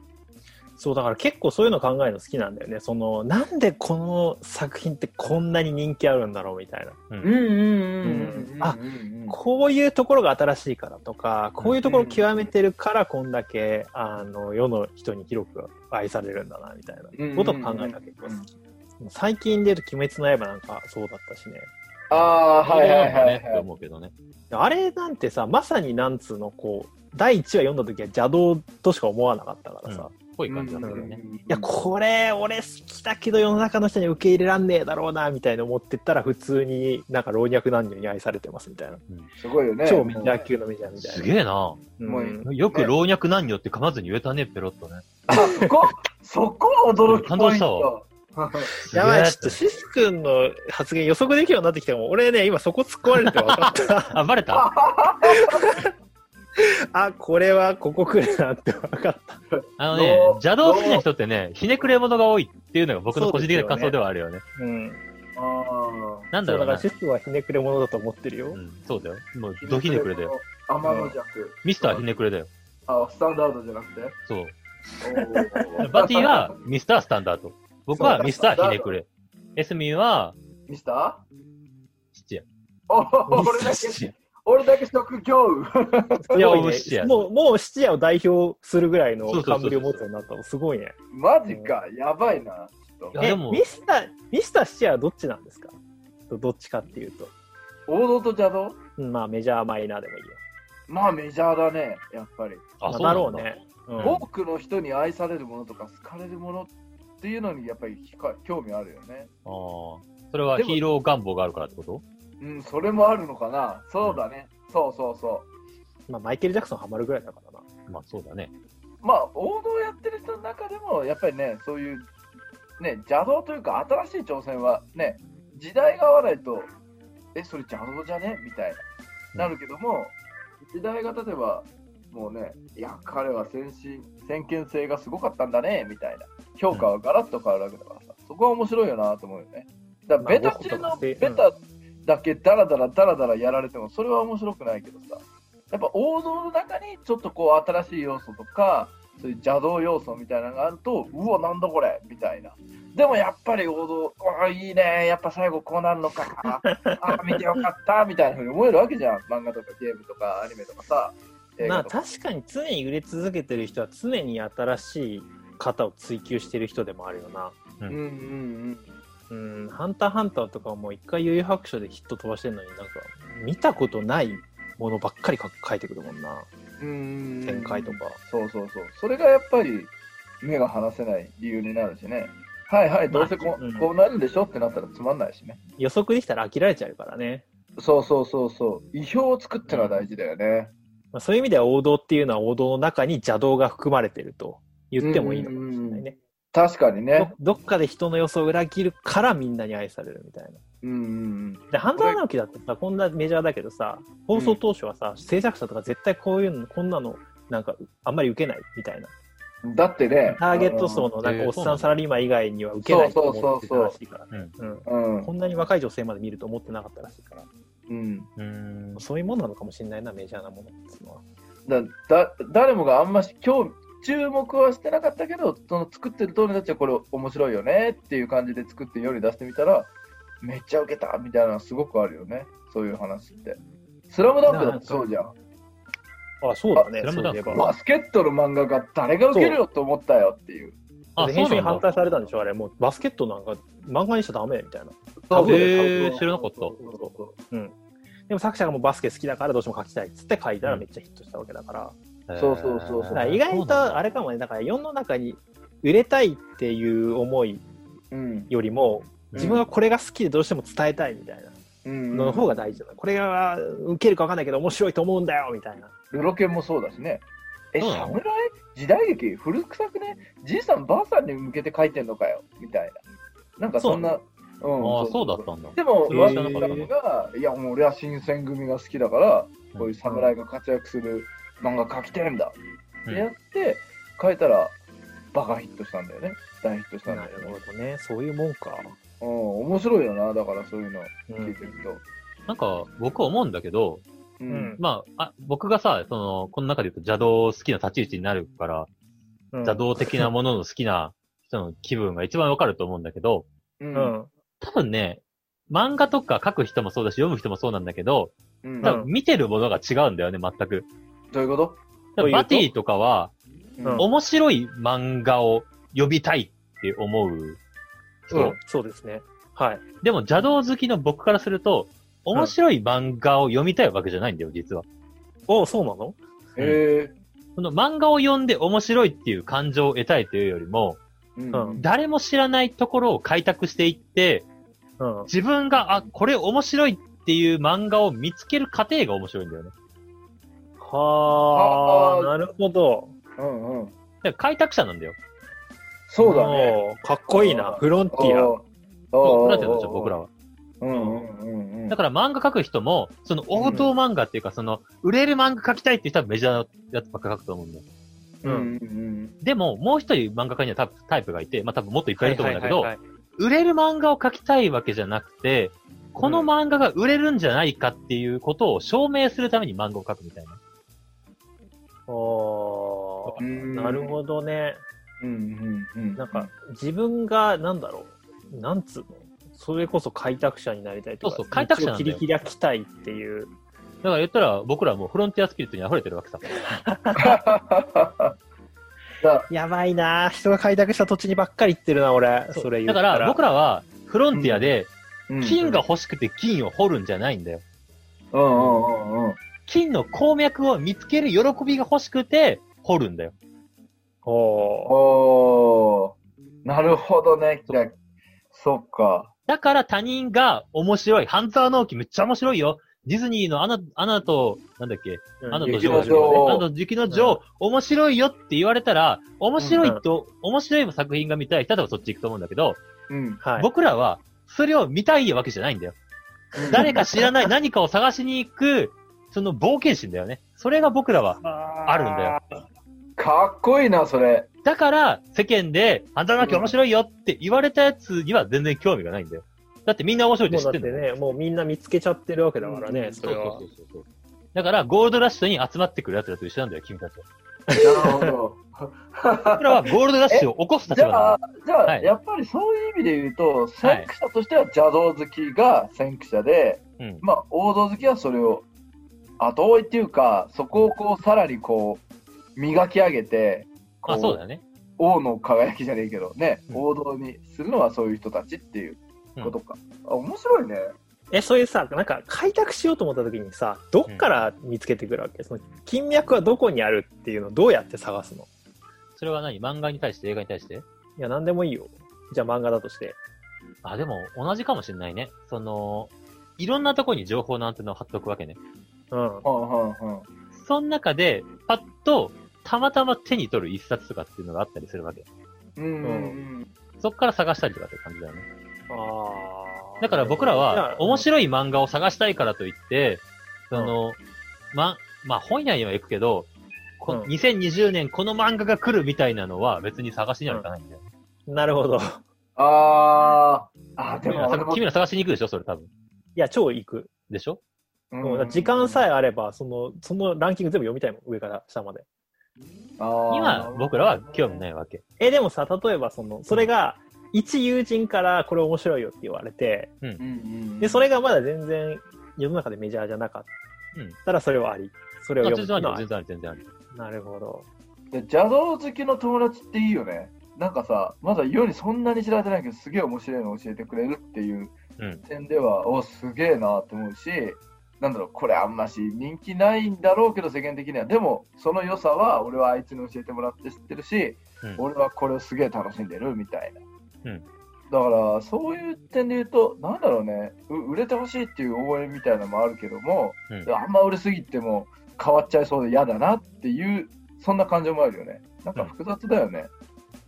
Speaker 3: そうだから結構そういうの考えるの好きなんだよねそのなんでこの作品ってこんなに人気あるんだろうみたいな
Speaker 1: うんうんうんうん
Speaker 3: あ
Speaker 1: うんうん
Speaker 3: こういうところが新しいからとかこういうところを極めてるからこんだけあの世の人に広く愛されるんだなみたいなことを考えたら結構好き。最近で言うと「鬼滅の刃」なんかそうだったしね
Speaker 1: ああはいはいは
Speaker 2: 王道なんだねって
Speaker 1: い
Speaker 2: 思うけどね。
Speaker 3: あれなんてさまさになんつうのこう第1話読んだ時は邪道としか思わなかったからさ、
Speaker 2: ぽ
Speaker 1: はい
Speaker 2: い感じだったけどね。
Speaker 1: い
Speaker 3: いやこれ俺好きだけど世の中の人に受け入れらんねえだろうなみたいな思ってったら普通になんか老若男女に愛されてますみたいな、
Speaker 1: すごいよね
Speaker 3: 超メジャー級のメジャーみたいな
Speaker 2: すげえな。
Speaker 1: もう
Speaker 3: うん
Speaker 2: よく老若男女って噛まずに言えたね、ペロッとね。
Speaker 1: あそこそこは驚き
Speaker 2: 感動したわ
Speaker 1: (laughs) ポイント
Speaker 3: やばい、ちょっ
Speaker 2: すげえ
Speaker 3: とシス君の発言予測できるようになってきたもん。俺ね、今そこ突っ込まれて分かっ
Speaker 2: (laughs)
Speaker 3: た。
Speaker 2: あ、バレた
Speaker 3: あ、これはここ来るなって分かった。
Speaker 2: あのね
Speaker 1: どう、
Speaker 2: 邪道好きな人ってね、ひねくれ者が多いっていうのが僕の個人的な感想ではあるよね。
Speaker 3: うん。
Speaker 1: あー
Speaker 2: なんだ
Speaker 3: そ
Speaker 2: ろう
Speaker 3: うだから
Speaker 2: な
Speaker 3: シ。スはひねくれ者だと思ってるよ
Speaker 2: う。ん、そうだよ。もう、ドひねくれだよ。。
Speaker 1: 天の弱。
Speaker 2: ミスターひねくれだよ。
Speaker 1: あ、スタンダードじゃなくて。
Speaker 2: そう。
Speaker 1: おー
Speaker 2: バティは、ミスタースタンダード。僕はミスターひねくれ。エスミンは、
Speaker 1: ミスタ
Speaker 2: 父や。
Speaker 1: ーおー俺だけ、俺だけ職業。 (laughs)
Speaker 3: い
Speaker 2: や
Speaker 3: や、
Speaker 2: もう質屋
Speaker 3: もう、もう質屋を代表するぐらいの
Speaker 2: そうそうそうそう
Speaker 3: 冠を持つようになったの。すごいね。
Speaker 1: マジか、やばいな。ちょっ
Speaker 2: い
Speaker 1: と
Speaker 2: や
Speaker 3: え
Speaker 2: でも
Speaker 3: ミスター、ミスター質屋はどっちなんですかどどっちかっていうと。
Speaker 1: 王道と邪道
Speaker 3: うんまあ、メジャーマイナーでもいいよ。
Speaker 1: まあメジャーだね、やっぱり。
Speaker 2: あ、
Speaker 3: ま
Speaker 2: そ
Speaker 3: あ
Speaker 2: うな
Speaker 3: だろうん
Speaker 2: だ。
Speaker 3: ね。うん
Speaker 1: 多くの人に愛されるものとか好かれるものっていうのにやっぱり惹か興味あるよね。
Speaker 2: ああ。それはヒーロー願望があるからってこと
Speaker 1: うん、それもあるのかな。そうだね。そうそうそ
Speaker 3: まあ、マイケル・ジャクソンハマるぐらいだからな。
Speaker 2: まあそうだね。
Speaker 1: う。まあ王道やってる人の中でもやっぱりね、そういう、ね、邪道というか新しい挑戦はね、時代が合わないと、え、それ邪道じゃねみたいな。なるけども、時代が例えば、もうね、いや、彼は先進、先見性がすごかったんだね、みたいな。評価はガラッと変わるわけだからさ、そこは面白いよなと思うよね。だからベタ中
Speaker 3: まあ
Speaker 1: の
Speaker 3: 僕とか
Speaker 1: ベ
Speaker 3: ね
Speaker 1: タだけダラダラダラダラやられても、それは面白くないけどさ、やっぱ王道の中にちょっとこう新しい要素とか、そういう邪道要素みたいなのがあると、うわ、なんだこれみたいな。でもやっぱり王道、ああ、いいね、やっぱ最後こうなるの
Speaker 3: (laughs)
Speaker 1: か、ああ、見てよかった、みたいなふうに思えるわけじゃん。漫画とかゲームとかアニメとかさ、映
Speaker 3: まあ
Speaker 1: 画とか。
Speaker 3: 確かに常に売れ続けてる人は常に新しい型を追求してる人でもあるよな。
Speaker 2: あ
Speaker 1: うんうんうん。
Speaker 3: うん、ハンターハンターとかはもう一回悠々白書でヒット飛ばしてるのになんか見たことないものばっかり書書いてくるもんな。
Speaker 1: うんうん
Speaker 3: 展開とか。
Speaker 1: そうそうそう。それがやっぱり目が離せない理由になるしね。はいはい、どうせこ,、
Speaker 3: まあうん
Speaker 1: こうなるんでしょってなったらつまんないしね。
Speaker 3: 予測できたら飽きられちゃうからね。
Speaker 1: そうそうそうそう。意表を作ってのは大事だよね。
Speaker 3: まあ、そういう意味では王道っていうのは王道の中に邪道が含まれてると言ってもいいのかもしれないね。
Speaker 1: 確かにね。
Speaker 3: どどっかで人の予想を裏切るからみんなに愛されるみたいな。
Speaker 1: うんうん
Speaker 3: で、ハンター直樹だってさ、こんなメジャーだけどさ、放送当初はさ、制作者とか絶対こういうの、こんなの、なんか、あんまり受けないみたいな。
Speaker 1: うん。だってね。
Speaker 3: ターゲット層の、なんか、
Speaker 2: えー
Speaker 3: おっさんサラリーマン以外には受けないと思ってたらしいから
Speaker 2: そうそう
Speaker 3: ね。うん
Speaker 1: あの
Speaker 3: こんなに若い女性まで見ると思ってなかったらしいから。
Speaker 1: うん。うん。
Speaker 2: うーん。
Speaker 3: そういうもんなのかもしれないな、メジャーなものっていうのは。
Speaker 1: だだ誰もがあんまし興味注目はしてなかったけどその作ってる当人たちはこれ面白いよねっていう感じで作って世に出してみたらめっちゃウケたみたいなのすごくあるよねそういう話って「スラムダンクだってそうじゃん
Speaker 3: あ、そうだね、
Speaker 2: あスラム
Speaker 3: そう
Speaker 2: ダ
Speaker 3: いえ
Speaker 2: ンク
Speaker 3: ば。
Speaker 1: バスケットの漫画が誰がウケるよと思ったよっていう
Speaker 2: あ、
Speaker 3: で
Speaker 2: そ
Speaker 3: 編
Speaker 2: う
Speaker 3: 集に
Speaker 2: な
Speaker 3: 反
Speaker 2: んだ。
Speaker 3: 対されたんでしょあれ、もうバスケットなんか漫画にしちゃダメみたいな。
Speaker 1: そ
Speaker 3: そうう
Speaker 1: そう
Speaker 2: へ
Speaker 1: そう
Speaker 2: ー、知らなかった。
Speaker 3: でも作者がもうバスケ好きだからどうしても書きたいっつって書いたらめっちゃヒットしたわけだから。
Speaker 1: そうそうそうそう
Speaker 3: だから意外とあれかもね、だから世の中に売れたいっていう思い
Speaker 1: うん
Speaker 3: よりも、自分はこれが好きでどうしても伝えたいみたいな
Speaker 1: うん
Speaker 3: のの方が大事だな。これが受けるか分かんないけど面白いと思うんだよみたいな。
Speaker 1: ドロケンもそうだしねえ
Speaker 2: そうなの
Speaker 1: 侍時代劇古臭くねじいさんばあさんに向けて書いてんのかよみたいななんかそんなうん
Speaker 2: ああ、そうだったんだ。
Speaker 1: でも、
Speaker 2: そ
Speaker 3: れは
Speaker 1: ワン
Speaker 3: 知
Speaker 1: さ
Speaker 3: らなんかったな
Speaker 1: が、いや、もう俺は新選組が好きだから、
Speaker 2: うん
Speaker 1: こういう侍が活躍する漫画描きてえんだっ
Speaker 2: う
Speaker 1: て
Speaker 2: ん
Speaker 1: やって、書いたら、バカヒットしたんだよね。大ヒットしたん
Speaker 3: な
Speaker 1: だ
Speaker 3: る
Speaker 1: よね。
Speaker 3: ほどね。そういうもんか。
Speaker 1: うん、面白いよな、だからそういうの
Speaker 3: う
Speaker 1: 聞い
Speaker 3: ん
Speaker 1: て。ると。
Speaker 2: なんか、僕思うんだけど、
Speaker 1: う
Speaker 3: うん
Speaker 2: まあ、あ、僕がさ、その、この中で言うと邪道好きな立ち位置になるから、
Speaker 3: うん
Speaker 2: 邪道的なものの好きな (laughs) 人の気分が一番わかると思うんだけど、
Speaker 1: う。
Speaker 3: うんん。
Speaker 2: 多分ね、漫画とか書く人もそうだし、読む人もそうなんだけど、
Speaker 1: うん。
Speaker 2: 多分見てるものが違うんだよね、全く。
Speaker 1: どういうこと
Speaker 2: だからバティとかは、
Speaker 1: う
Speaker 3: うん
Speaker 1: ん。
Speaker 2: 面白い漫画を呼びたいって思う人。
Speaker 3: うんそうですね。はい。
Speaker 2: でも邪道好きの僕からすると、面白い漫画を読みたいわけじゃないんだよ、実は。
Speaker 3: おそうなの
Speaker 1: え
Speaker 2: その漫画を読んで面白いっていう感情を得たいというよりも、
Speaker 1: ーうん
Speaker 3: うん
Speaker 2: 誰も知らないところを開拓していって、
Speaker 3: うん。
Speaker 2: 自分が、あ、これ面白いっていう漫画を見つける過程が面白いんだよね。
Speaker 3: は
Speaker 1: あ
Speaker 3: あ、
Speaker 1: ー
Speaker 3: なるほど。
Speaker 1: うんうん。
Speaker 2: だから開拓者なんだよ。
Speaker 1: そうだね。
Speaker 3: おー。かっこいいな。フロンティア。
Speaker 2: そう
Speaker 1: おーおーおー
Speaker 2: なんていうんですよ、僕らは。
Speaker 1: うんうんうんうん
Speaker 2: だから漫画描く人も、その王道漫画っていうか、その、売れる漫画描きたいっていう人はメジャーなやつばっか描くと思うんだよ。
Speaker 1: うんうんうん
Speaker 2: でも、もう一人漫画家には多分タイプがいて、まあ多分もっといっぱいいると思うんだけど、
Speaker 3: はいはいはいはい
Speaker 2: 売れる漫画を描きたいわけじゃなくて、この漫画が売れるんじゃないかっていうことを証明するために漫画を描くみたいな。
Speaker 3: あ
Speaker 1: うん
Speaker 3: あ、なるほどね。
Speaker 1: うんうんうん。
Speaker 3: なんか、自分が、なんだろう、なんつうの、それこそ開拓者になりたいとか、
Speaker 2: そうそう開拓者
Speaker 3: 道
Speaker 2: な
Speaker 3: を
Speaker 2: んだ
Speaker 3: 切
Speaker 2: よ
Speaker 3: り開きたいっていう、
Speaker 2: だから言ったら、僕らはもうフロンティアスピリットに溢れてるわけさ。
Speaker 3: やばいなあ人が開拓した土地にばっかり行ってるな、俺、それ言
Speaker 2: だ
Speaker 3: った。
Speaker 2: からら、僕らは、フロンティアで、
Speaker 1: うん
Speaker 2: 金が欲しくて金を掘るんじゃないんだよ。
Speaker 1: うんうんうんうん。
Speaker 2: 金の鉱脈を見つける喜びが欲しくて、掘るんだよ。
Speaker 3: ほ
Speaker 1: おー。なるほどね。じゃあそっか。
Speaker 2: だから他人が面白い。ハンザー納期めっちゃ面白いよ。ディズニーのアナ、アナと、なんだっけ、
Speaker 3: う
Speaker 2: アナと
Speaker 1: 雪
Speaker 2: ジョ
Speaker 1: の
Speaker 2: ー、
Speaker 1: 女王
Speaker 2: アナと雪の女王、面白いよって言われたら、面白いと、面白い作品が見たい人は多分そっち行くと思うんだけど、
Speaker 1: うん。
Speaker 3: はい。
Speaker 2: 僕らは、それを見たいわけじゃないんだよ。誰か知ら
Speaker 3: (laughs)
Speaker 2: ない何かを探しに行く、その冒険心だよね。それが僕らはあ
Speaker 3: あ
Speaker 2: るんだよ。
Speaker 1: かっこいいな、それ。
Speaker 2: だから、世間で、あんたなき面白いよって言われたやつには全然興味がないんだよ。だってみんな面白いって
Speaker 3: もう
Speaker 2: 知
Speaker 3: だ
Speaker 2: っ
Speaker 3: ってて
Speaker 2: んだよ。
Speaker 3: ね、もうみんな見つけちゃってるわけだからね、
Speaker 1: うん
Speaker 3: それは。
Speaker 2: そうそうそうそう。だから、ゴールドラッシュに集まってくる奴らと一緒なんだよ、君た
Speaker 3: (laughs)
Speaker 2: ちは。
Speaker 1: なるほど。
Speaker 2: 僕らはゴールドラッシュを起こす立
Speaker 1: じ
Speaker 2: 場
Speaker 1: ゃ
Speaker 2: な
Speaker 1: あ、じゃあ、
Speaker 2: はい
Speaker 1: やっぱりそういう意味で言うと、先駆者としては邪道好きが先駆者で、
Speaker 2: の。うん。
Speaker 1: まあ、王道好きはそれを後追いっていうか、そこをこう、さらにこう、磨き上げて、こ
Speaker 2: まあ、そうだよね。
Speaker 1: 王の輝きじゃねえけどね、
Speaker 2: うん
Speaker 1: 王道にするのはそういう人たちっていうことか。あ、面白いね。
Speaker 3: え、そういうさ、なんか開拓しようと思った時にさ、どっから見つけてくるわけ、その金脈はどこにあるっていうのをどうやって探すの
Speaker 2: それは何漫画に対して、映画に対して
Speaker 3: いや、なんでもいいよ。じゃあ漫画だとして。
Speaker 2: あ、でも、同じかもしれないね。その、いろんなとこに情報のアンテナを張っておくわけね。
Speaker 3: うん。
Speaker 1: うんうんうん。
Speaker 2: その中で、パッと、たまたま手に取る一冊とかっていうのがあったりするわけ。
Speaker 1: うんうん
Speaker 2: そっから探したりとかって感じだよね。
Speaker 3: あ
Speaker 2: だから僕らは、面
Speaker 3: い。
Speaker 2: 白い漫画を探したいからといって、その、ま、まあ、本屋には行くけど、こ
Speaker 3: うん
Speaker 2: 2020年この漫画が来るみたいなのは別に探しには行かないんだよ。
Speaker 3: なるほど。い
Speaker 1: あー、あー、で
Speaker 2: 君ら
Speaker 1: も俺も、
Speaker 2: 君ら探しに行くでしょそれ多分。
Speaker 3: や、超行く。
Speaker 2: でしょ
Speaker 3: もう
Speaker 1: うん。
Speaker 3: 時間さえあれば、その、そのランキング全部読みたいもん、上から下まで。
Speaker 2: 今、僕らは興味ないいわけ。
Speaker 3: え、でもさ、例えばその、それが、一友人からこれ面白いよって言われて、
Speaker 1: うんうん、
Speaker 3: で、それがまだ全然世の中でメジャーじゃなかった。
Speaker 2: うん
Speaker 3: たらそれはあり。それを
Speaker 2: あ
Speaker 3: 読
Speaker 2: 全
Speaker 3: む
Speaker 2: 然ある
Speaker 3: の
Speaker 2: よ
Speaker 3: はあ
Speaker 2: 全
Speaker 3: り。
Speaker 2: 然ある、全然ある。
Speaker 3: なるほど。
Speaker 1: で邪道好きの友達っていいよね。なんかさ、まだ世にそんなに知られてないけど、すげえ面白いの教えてくれるっていう
Speaker 2: うん
Speaker 1: 点では、おすげえなと思うし、なんだろう、これあんまし人気ないんだろうけど、世間的には。でも、その良さは俺はあいつに教えてもらって知ってるし、
Speaker 2: うん
Speaker 1: 俺はこれをすげえ楽しんでるみたいな。
Speaker 2: うん
Speaker 1: だから、そういう点で言うと、なんだろうね、う売れてほしいっていう応援みたいなのもあるけども、
Speaker 2: うん
Speaker 1: いやあんま売れすぎても変わっちゃいそうで嫌だなっていう、そんな感情もあるよね。なんか複雑だよね。だか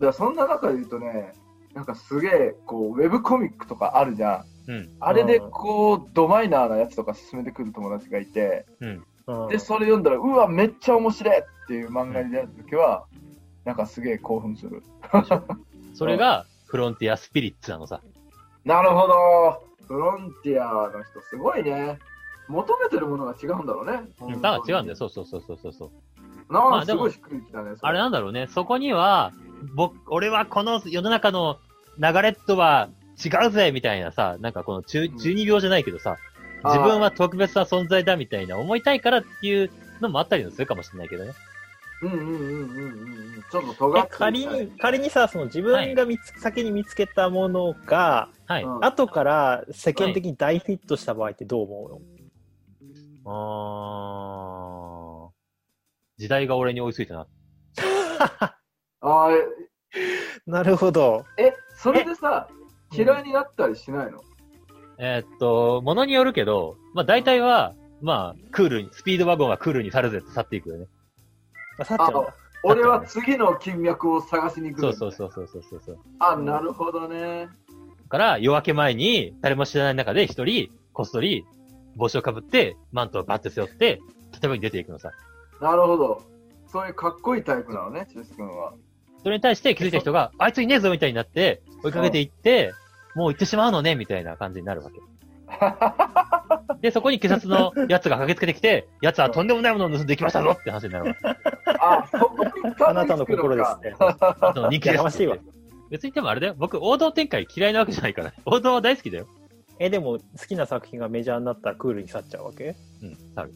Speaker 1: らそんな中で言うとね、なんかすげえ、こう、ウェブコミックとかあるじゃん。
Speaker 2: うん
Speaker 1: あれで、こう、ドマイナーなやつとか進めてくる友達がいて、
Speaker 3: うん
Speaker 1: で、それ読んだら、うわ、めっちゃ面白いっていう漫画に出会った時は、なんかすげえ興奮する。
Speaker 2: それが、フロンティアスピリッツなのさ。
Speaker 1: なるほど。フロンティアの人、すごいね。求めてるものが違うんだろうね。
Speaker 2: うん、だから違うんだよ。。そうそうそうそうそうそう。ま
Speaker 1: な
Speaker 2: あ
Speaker 1: あ、
Speaker 2: ですも
Speaker 1: ごいしっくりきたね。そ
Speaker 2: あれなんだろうね。そこには、僕、俺はこの世の中の流れとは違うぜ、みたいなさ、なんかこの中、
Speaker 1: ん
Speaker 2: 中二病じゃないけどさ、
Speaker 1: あー
Speaker 2: 自分は特別な存在だみたいな思いたいからっていうのもあったりもするかもしれないけどね。
Speaker 1: うんうんうんうんうんうん。ちょっと尖っ
Speaker 3: え
Speaker 1: て
Speaker 3: 仮
Speaker 1: みたい
Speaker 3: に、仮にさ、その自分が見つ、先に見つけたものが、
Speaker 2: はい。
Speaker 1: うん
Speaker 3: 後から世間的に大ヒットした場合ってどう思うの、
Speaker 2: あー時代が俺に追いついたな。
Speaker 1: あー
Speaker 3: なるほど。
Speaker 1: え、それでさ、
Speaker 3: え
Speaker 1: 嫌いになったりしないの、
Speaker 2: えーっと、ものによるけど、まあ大体は、まあ、クールに、スピードワゴンはクールに去るぜって去っていくよね。
Speaker 3: あ、さっちゃんだ。
Speaker 1: 俺は次の金脈を探しに行く
Speaker 2: そ
Speaker 1: の
Speaker 2: うそうそうそうそうそうそう。
Speaker 1: あ、なるほどね。
Speaker 2: だから、夜明け前に、誰も知らない中で一人、こっそり、帽子をかぶって、マントをバッて背負って、建物に出ていくのさ。
Speaker 1: なるほど。そういうかっこいいタイプなの
Speaker 3: (laughs)
Speaker 1: ね、チュース君は。
Speaker 2: それに対して気づいた人が、あいついねえぞみたいになって、追いかけていって、もう行ってしまうのね、みたいな感じになるわけ。で、そこに警察のやつが駆けつけてきて、やつはとんでもないものを盗んできましたぞって話になるわけ。
Speaker 1: あ、そこに
Speaker 3: あなたの心ですね。
Speaker 2: あ (laughs) と人気で
Speaker 3: やかますしいわ。
Speaker 2: 別にでもあれだよ。僕、王道展開嫌いなわけじゃないから。王道は大好きだよ。
Speaker 3: (laughs) え、でも、好きな作品がメジャーになったらクールに去っちゃうわけ
Speaker 2: うん、サル。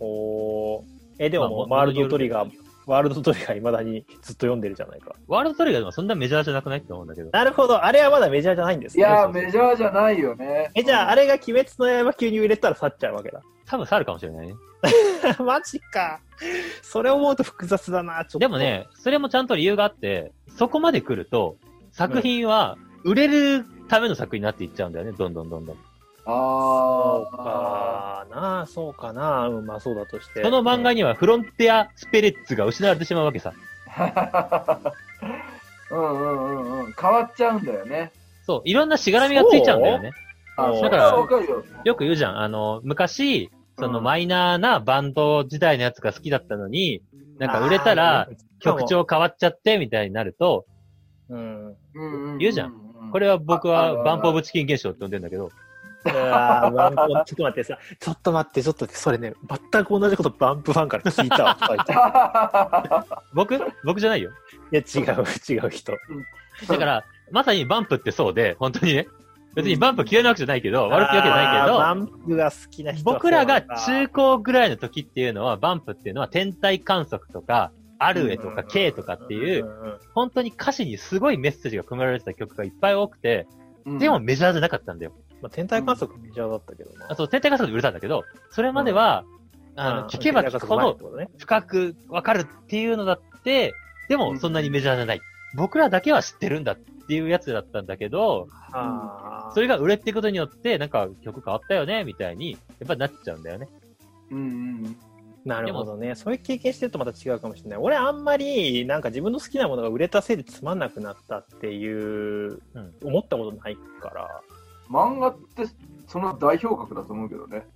Speaker 3: おー。え、でももう、
Speaker 2: まあ
Speaker 3: ワールドトリガー、。ワールドトリガー未だにずっと読んでるじゃないか。
Speaker 2: ワールドトリガーでもそんなメジャーじゃなくないって思うんだけど。
Speaker 3: なるほど。あれはまだメジャーじゃないんです
Speaker 1: い
Speaker 3: ね。
Speaker 1: やー、メジャーじゃないよね。
Speaker 3: え、じゃあ、あ
Speaker 1: れ
Speaker 3: れが鬼滅の刃級に入れたら去っちゃうわけだ。
Speaker 2: 多分サルかもしれないね。
Speaker 3: (laughs) マジか。それ思うと複雑だな、ちょっと。
Speaker 2: でも、ね、それもちゃんと理由があって、そこまで来ると、作品は売れるための作品になっていっちゃうんだよね、どんどんどんどん。
Speaker 1: あ
Speaker 3: そう
Speaker 1: あ。
Speaker 3: かなあ、そうかなあ、うん、まあそうだとして。
Speaker 2: その漫画
Speaker 3: に、
Speaker 2: にはフロンティアスピリッツが失われてしまうわけさ。
Speaker 1: (laughs) うんうんうんうん。変わっちゃうんだよね。
Speaker 2: そう、いろんなしがらみがついちゃうんだよね。
Speaker 1: あ
Speaker 3: そう
Speaker 1: それはわかるよ。
Speaker 2: よく言うじゃん、あの、昔、その
Speaker 1: うん
Speaker 2: マイナーなバンド時代のやつが好きだったのに、なんか売れたら曲、調変わっちゃってみたいになると、
Speaker 3: うん。
Speaker 1: うんうん
Speaker 2: 言うじゃ
Speaker 1: ん。
Speaker 2: これは僕
Speaker 1: あ
Speaker 2: は
Speaker 1: あ
Speaker 2: バンプオブチキン現象って呼んでんだけど、
Speaker 3: うわあバンプちょっと待ってさ、ちょっと待って、ちょっと待って、それね、全く同じことバンプファンから (laughs) 聞いたわ、最近
Speaker 2: 僕僕じゃないよ。
Speaker 3: いや、違う、違う人。
Speaker 2: だから、まさにバンプってそうで、本当にね。別にバンプ嫌いなわけじゃないけど、悪くわけじゃ
Speaker 3: あ
Speaker 2: な
Speaker 3: ーバ
Speaker 2: いけど、
Speaker 3: ンプが好きな人はそう
Speaker 2: 僕らが
Speaker 3: なん
Speaker 2: 中
Speaker 3: だ
Speaker 2: 高ぐらいの時っていうのは、バンプっていうのは天体観測とか、アルエとか K とかってい
Speaker 3: ん
Speaker 2: う、
Speaker 3: んん
Speaker 2: 本当に歌詞にすごいメッセージが込められてた曲がいっぱい多くて、でも、メジャーじゃなかったんだよ。
Speaker 3: まあ、天体観測メジャーだったけどな。
Speaker 2: あと、天体観測で売れたんだけど、それまでは、あの、聞けば聞くほど
Speaker 3: ど、ね、
Speaker 2: 深くわかるっていうのだって、で
Speaker 1: う
Speaker 2: も
Speaker 1: ん
Speaker 2: そんなにメジャーじゃない。僕らだけは知ってるんだっていうやつだったんだけど、
Speaker 3: はあ
Speaker 2: それが売れってことによって、なんか曲変わったよね、みたいに、やっぱなっちゃうんだよね。
Speaker 1: うんうん
Speaker 3: なるほどね。そういう経験してるとまた違うかもしれない。俺あんまり、なんか自分の好きなものが売れたせいでつまんなくなったっていう、
Speaker 2: うん
Speaker 3: 思ったことないから。
Speaker 1: 漫画ってその代表格だと思うけどね。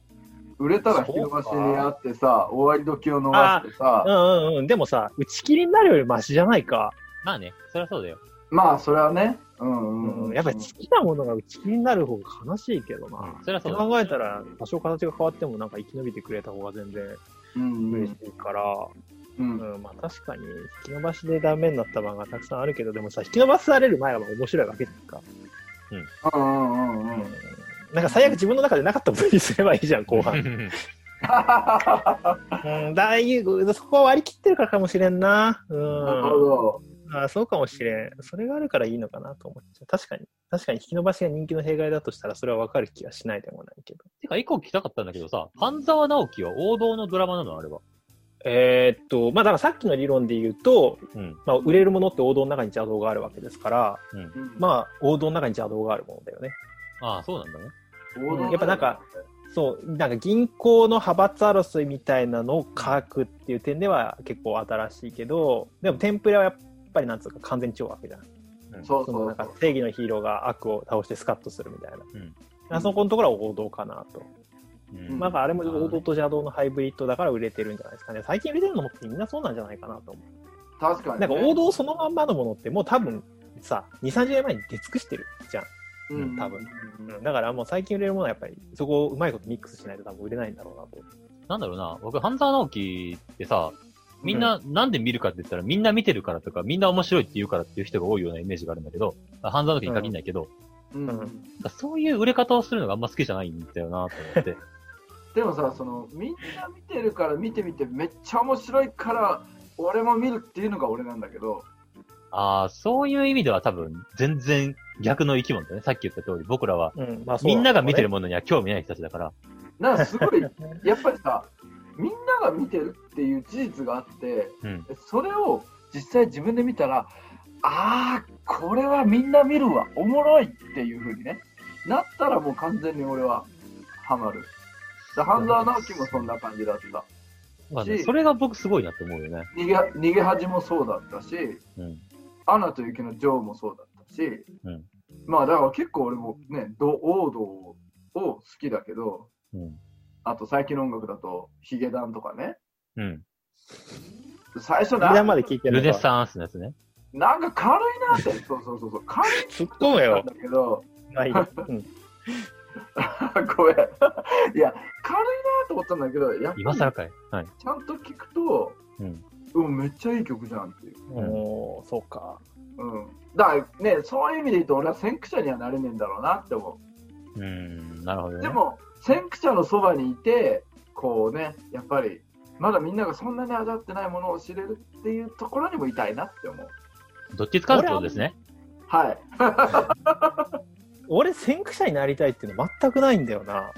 Speaker 1: 売れたら広がしにあってさ、終わり時を逃して
Speaker 3: う
Speaker 1: さ、
Speaker 3: んうんうん。でもさ、打ち切りになるよりマシじゃないか。
Speaker 2: まあね、そりゃそうだよ。
Speaker 1: まあそれはね、うん
Speaker 3: う
Speaker 1: うん
Speaker 3: ん、
Speaker 1: うん。
Speaker 3: やっぱり好きなものが打ち切りになる方が悲しいけどな。
Speaker 2: そりゃ
Speaker 3: そ
Speaker 2: そうだよ。
Speaker 3: う考えたら、多少形が変わってもなんか生き延びてくれた方が全然
Speaker 1: うんう
Speaker 3: 嬉し
Speaker 1: ん
Speaker 3: いから、
Speaker 1: うん。
Speaker 3: うん、まあ確かに、引き伸ばしでダメになった漫画たくさんあるけど、でもさ、引き伸ばされる前はまあ面白いわけですか。
Speaker 1: うんうんうんうん。
Speaker 3: なんか最悪自分の中でなかった分にすればいいじゃん、
Speaker 2: (laughs)
Speaker 3: 後半。うん、だいぶ、そこは割り切ってるからかもしれんな。う
Speaker 1: なるほ
Speaker 3: ん。
Speaker 1: ど。
Speaker 3: あそうかもしれん。それがあるからいいのかなと思っちゃう。確かに。確かに引き伸ばしが人気の弊害だとしたら、それはわかる気がしないでもないけど。
Speaker 2: てか、一個聞きたかったんだけどさ、半沢直樹は王道のドラマなの、あれは。
Speaker 3: えーっと、まあだからさっきの理論で言うと、
Speaker 2: うん。
Speaker 3: まあ売れるものって王道の中に邪道があるわけですから、
Speaker 1: あ、
Speaker 3: まあ王道の中に邪道があるものだよね。
Speaker 2: ああ、そうなんだね。
Speaker 1: 王道
Speaker 3: うんやっぱなんか、そう、なんか銀行の派閥争いみたいなのを書くっていう点では結構新しいけど、でもテンプレはやっぱりなんつうか完全に超悪じゃん。
Speaker 1: そう
Speaker 3: そ
Speaker 1: そ
Speaker 3: の
Speaker 1: う
Speaker 3: なん
Speaker 1: そ
Speaker 3: か
Speaker 1: う。
Speaker 3: 正義のヒーローが悪を倒してスカッとするみたいな、
Speaker 2: うん
Speaker 3: あそこのところは王道かなと、
Speaker 2: うん
Speaker 3: まあ、あれも王道と邪道のハイブリッドだから売れてるんじゃないですかね最近売れてるのもみんなそうなんじゃないかなと思
Speaker 1: 確かに
Speaker 3: う
Speaker 1: ね。
Speaker 3: なんか王道そのまんまのものってもう多分さ2 3 0年前に出尽くしてるじゃん、
Speaker 1: うん
Speaker 3: 多分うんだからもう最近売れるものはやっぱりそこをうまいことミックスしないと多分売れないんだろうなと
Speaker 2: なんだろうな、僕、半沢直樹ってさ、みんな、なんで見るかって言ったら、みんな見てるからとか、みんな面白いって言うからっていう人が多いようなイメージがあるんだけど、半沢直樹に限らないけ
Speaker 1: うん
Speaker 2: ど、
Speaker 3: うん
Speaker 2: なんかそういう売れ方をするのがあんま好きじゃないんだよなと思って。
Speaker 1: でもさ、そのみんな見てるから見てみてめっちゃ面白いから俺も見るっていうのが俺なんだけど、
Speaker 2: ああ、そういう意味では多分、全然逆の生き物だね。さっき言った通り、僕らは、
Speaker 3: うんまあそう
Speaker 2: みんなが見てる
Speaker 3: も
Speaker 2: ものには興味ない人たちだから。
Speaker 1: なんかす
Speaker 2: (laughs)
Speaker 1: ごいやっぱりさ、みんなが見てるっていう事実があって、
Speaker 2: うん。
Speaker 1: それを実際自分で見たら、あー、これはみんな見るわ、おもろいっていう風にね、なったらもう完全に俺はハマる。だ半沢直樹もそんな感じだった。
Speaker 2: まあね
Speaker 1: し
Speaker 2: それが僕すごいなと思うよね。
Speaker 1: 逃げ逃げ恥もそうだったし、
Speaker 2: うん。
Speaker 1: アナと雪の女王もそうだったし、
Speaker 2: うん
Speaker 1: まあだから結構俺もね、ど王道を好きだけど、
Speaker 2: うん。
Speaker 1: あと最近の音楽だとヒゲダンとかね、
Speaker 2: うん。
Speaker 1: 最初な
Speaker 3: みんなんま
Speaker 1: か
Speaker 3: で聞いてる
Speaker 2: ルネ
Speaker 3: のか
Speaker 2: サンスのやつね。 (laughs)
Speaker 1: なんか軽いなって、そうそうそうそう、軽い
Speaker 3: 突っ込め
Speaker 1: な
Speaker 3: よ
Speaker 1: んだけど、
Speaker 3: まあいいや。うん。
Speaker 1: (laughs) ごめん。 (laughs) いや、軽いなと思ったんだけど、やっ
Speaker 2: 今
Speaker 1: ぱ
Speaker 2: 更
Speaker 1: り
Speaker 2: かい。はい。
Speaker 1: ちゃんと聞くと、
Speaker 2: うん。
Speaker 1: うん、めっちゃいい曲じゃんっていう。
Speaker 2: うん
Speaker 3: おー、そうか。
Speaker 1: うん。だからね、そういう意味で言うと、俺は先駆者にはなれねえんだろうなって思
Speaker 2: うーん、なるほど
Speaker 1: う。
Speaker 2: ね。
Speaker 1: でも、先駆者のそばにいて、こうね、やっぱり、まだみんながそんなに味わってないものを知れるっていうところにもいたいなって思う。
Speaker 2: どっちつかずってことですね。
Speaker 1: はい。
Speaker 3: 俺、先駆者になりたいっていうの全くないんだよな。だか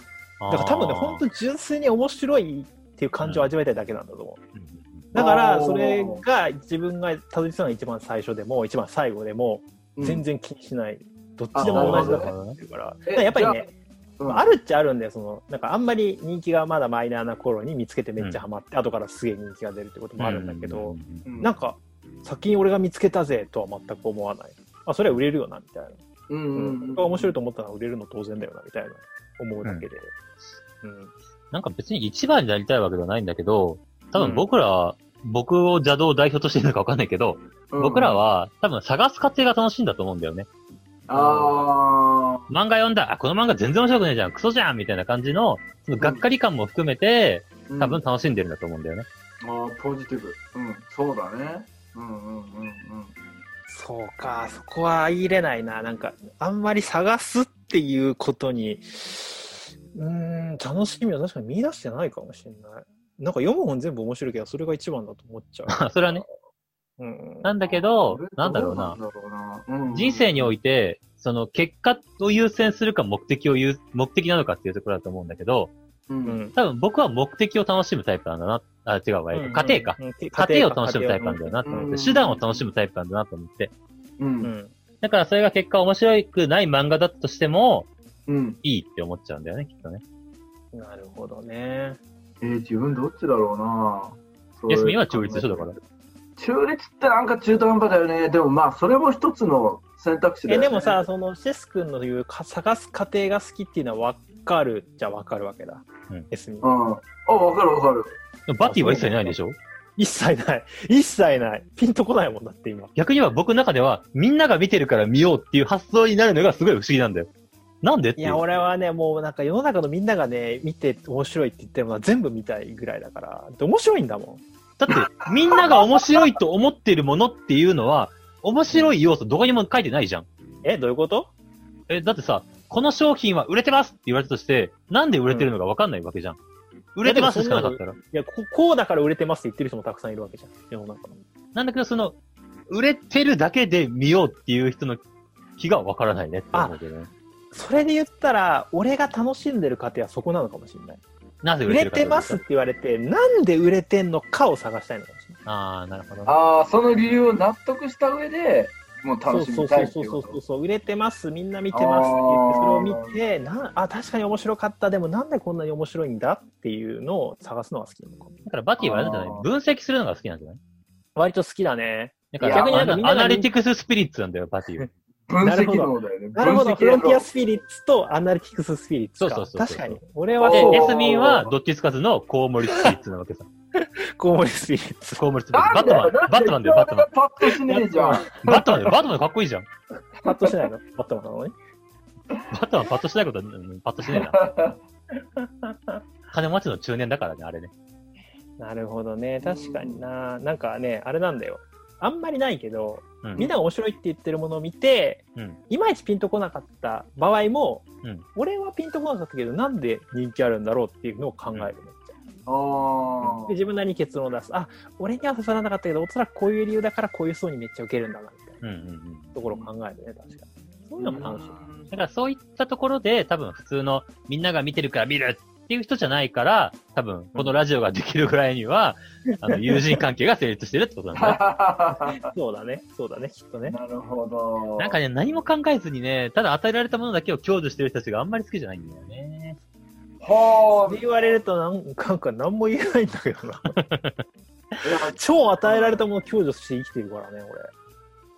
Speaker 3: ら多分ね、
Speaker 2: あー
Speaker 3: 本当に純粋に面白いっていう感情を味わいたいだけなんだと思う。
Speaker 2: うん
Speaker 3: だから、
Speaker 1: おー
Speaker 3: それが自分がたどり着くのが一番最初でも、一番最後でも、全然気にしない。どっちでも同じだからっていうから。だからやっぱりね、
Speaker 1: うん、
Speaker 3: まああるっちゃあるんだよ、その、なんかあんまり人気がまだマイナーな頃に見つけてめっちゃハマって、後からすげえ人気が出るってこともあるんだけど、
Speaker 1: う
Speaker 3: なん、か、先に俺が見つけたぜとは全く思わない。あ、それは売れるよな、みたいな。
Speaker 1: うんう
Speaker 3: う。
Speaker 1: んん
Speaker 3: 僕が面白いと思ったら売れるの当然だよな、みたいな。思うだけで。うん。
Speaker 2: なんか別に一番になりたいわけではないんだけど、多分僕らは、僕を邪道を代表としてるのかわかんないけど、
Speaker 1: うん
Speaker 2: 僕ら、は多分探す過程が楽しいんだと思うんだよね。
Speaker 1: あ
Speaker 2: 漫画読んだ、あ、この漫画全然面白くないじゃん、クソじゃんみたいな感じの、そのがっかり感も含めて、
Speaker 1: ーうん
Speaker 2: 多分楽しんでるんだと思うんだよね。 (laughs)
Speaker 1: ああ、ポジティブ。うん、そうだね。うんうんうんうん。
Speaker 3: そうか、そこは言い入れないな。なんか、あんまり探すっていうことに、うーん、楽しみは確かに見出してないかもしれない。なんか読む本全部面白いけど、それが一番だと思っちゃう。
Speaker 2: それはね。 (laughs)
Speaker 3: うん。
Speaker 2: なんだけど
Speaker 1: それ、
Speaker 2: なんだろうな。
Speaker 1: どうなんだろうな。うん
Speaker 2: 人生において、その結果を優先するか目的を優、目的なのかっていうところだと思うんだけど、
Speaker 1: う。
Speaker 3: うんん。
Speaker 2: 多分僕は目的を楽しむタイプなんだな、あ、違うわ、えっと家庭か。
Speaker 3: うん。
Speaker 2: 家庭を楽しむタイプなんだよなと
Speaker 1: う
Speaker 2: 思っ
Speaker 1: ん
Speaker 2: て、手段を楽しむタイプなんだなと思って。
Speaker 1: う。
Speaker 3: うんん。
Speaker 2: だからそれが結果面白くない漫画だったとしても、
Speaker 1: うん。
Speaker 2: いいって思っちゃうんだよね、きっとね。
Speaker 3: なるほどね。
Speaker 1: えー、自分どっちだろうな。そう
Speaker 2: いや、今は中立でしょ、だから。
Speaker 1: 中立ってなんか中途半端だよね。でもまあ、それも一つの選択肢だ
Speaker 3: え、
Speaker 1: よね。
Speaker 3: でもさ、、そのシェス君の言うか探す過程が好きっていうのは分かるじゃ分かるわけだ。
Speaker 2: うん
Speaker 3: エスミ
Speaker 1: うん。あ、わかるわかる。
Speaker 2: でもバティは一切ないでしょ
Speaker 3: 一切ない。一切ない。ピンとこないもんだって今。
Speaker 2: 逆には僕の中では、みんなが見てるから見ようっていう発想になるのがすごい不思議なんだよ。なんでって
Speaker 3: い
Speaker 2: いう。
Speaker 3: や、俺はね、もうなんか世の中のみんながね、見て面白いって言ってるのは全部見たいぐらいだから。で面白いんだも
Speaker 2: だって、みんなが面白いと思ってるものっていうのは、面白い要素どこにも書いてないじゃん。
Speaker 3: ん。え、どういうこと
Speaker 2: え、だってさ、この商品は売れてますって言われたとして、なんで売れてるのかわかんないわけじゃん。売れてますしかなかったら。
Speaker 3: いやこ、こうだから売れてますって言ってる人もたくさんいるわけじゃん。世の中の。
Speaker 2: なんだけど、その、売れてるだけで見ようっていう人の気がわからないねって思うけどね。
Speaker 3: それで言ったら、俺が楽しんでる過程はそこなのかもしれない。
Speaker 2: なぜ売
Speaker 3: 売
Speaker 2: れて
Speaker 3: れ
Speaker 2: るか
Speaker 3: てますって言われて、なんで売れてんのかを探したいのかもしれない。
Speaker 2: ああ、なるほどね。
Speaker 1: ああ、その理由を納得した上で、もう楽しみたいって
Speaker 3: そう
Speaker 1: いう
Speaker 3: そ
Speaker 1: こ
Speaker 3: うそうそう
Speaker 1: と。
Speaker 3: そう売れてますみんな見てますって言ってそれを見てなあ確かに面白かったでもなんでこんなに面白いんだっていうのを探すのが好きなのかも
Speaker 2: だからバティはあれなんじゃない
Speaker 1: あー
Speaker 2: 分析するのが好きなんじゃない
Speaker 3: 割と好きだね
Speaker 2: だから
Speaker 1: 逆
Speaker 2: 逆
Speaker 1: にな
Speaker 2: に
Speaker 1: ん
Speaker 3: かみんな
Speaker 2: ア
Speaker 3: が
Speaker 2: ナリティクススピリッツなんだよ、バティは。
Speaker 1: 分
Speaker 3: なるほ
Speaker 1: 析
Speaker 3: ど
Speaker 1: 能だよね。
Speaker 3: なるほどフ
Speaker 1: 分析
Speaker 3: ロ
Speaker 1: 能
Speaker 3: ンティアスピリッツとアナリティクススピリッツか
Speaker 2: そうそうそうそう
Speaker 3: 確かに俺は
Speaker 2: で、
Speaker 1: おー
Speaker 2: エスミンはどっちつかずのコウモリスピリッツなわけさ。
Speaker 3: コウモリスピリッツ
Speaker 2: コウモリスピリッツ。
Speaker 1: な
Speaker 2: バ
Speaker 1: ん
Speaker 2: ット
Speaker 1: だ
Speaker 2: マ
Speaker 1: よ
Speaker 2: ン、バットマンだよ、バットマン。
Speaker 1: パッとしねえじゃん。
Speaker 2: バットマンだよ、バットマンかっこいいじゃん。
Speaker 3: パッとしないのパッとなのね
Speaker 2: バットマンパッとしないことは、うんパッとしねえな。金持ちの中年だからね、あれね。
Speaker 3: なるほどね確かにななんかねあれなんだよあんまりないけど
Speaker 2: うん
Speaker 3: みんなが面白いって言ってるものを見て、
Speaker 2: うん
Speaker 3: いまいちピンとこなかった場合も、
Speaker 2: うん
Speaker 3: 俺はピンとこなかったけど、なんで人気あるんだろうっていうのを考えるね。
Speaker 1: ああ
Speaker 3: で自分なりに結論を出す。あ、俺には刺さらなかったけど、おそらくこういう理由だからこういう層にめっちゃ受けるんだな、みたいな
Speaker 2: うんうんうん。
Speaker 3: ところを考えるね、確かに。そういうのも楽しい。
Speaker 2: だからそういったところで、多分普通のみんなが見てるから見るっていう人じゃないから、多分このラジオができるぐらいには、あの、友人関係が成立してるってことなんだね。
Speaker 3: そうだね、そうだね、きっと
Speaker 1: (laughs)
Speaker 3: ね。
Speaker 1: なるほど。
Speaker 2: なんかね、何も考えずにね、ただ与えられたものだけを享受してる人たちがあんまり好きじゃないんだよね。
Speaker 1: は
Speaker 3: っ
Speaker 1: あ
Speaker 3: て言われるとなんか、なんか何も言えないんだけどな。超与えられたものを享受して生きてるからね、俺。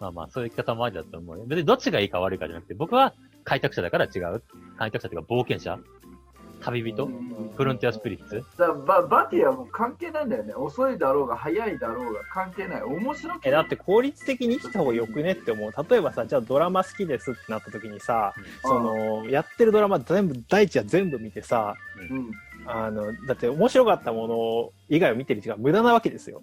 Speaker 2: まあまあ、そういう生き方もありだと思うよ。別にどっちがいいか悪いかじゃなくて、僕は開拓者だから違う。開拓者というか冒険者。旅人、
Speaker 1: うん
Speaker 2: フロンティアスピリッツ。
Speaker 1: だからババティはもう関係ないんだよね。遅いだろうが、早いだろうが、関係ない。面白く
Speaker 3: えだって効率的に生きた方がよくねって思う例えばさじゃあドラマ好きですってなった時にさそのやってるドラマ全部第一は全部見てさ
Speaker 1: うん。
Speaker 3: あのだって面白かったもの以外を見てる時間無駄なわけですよ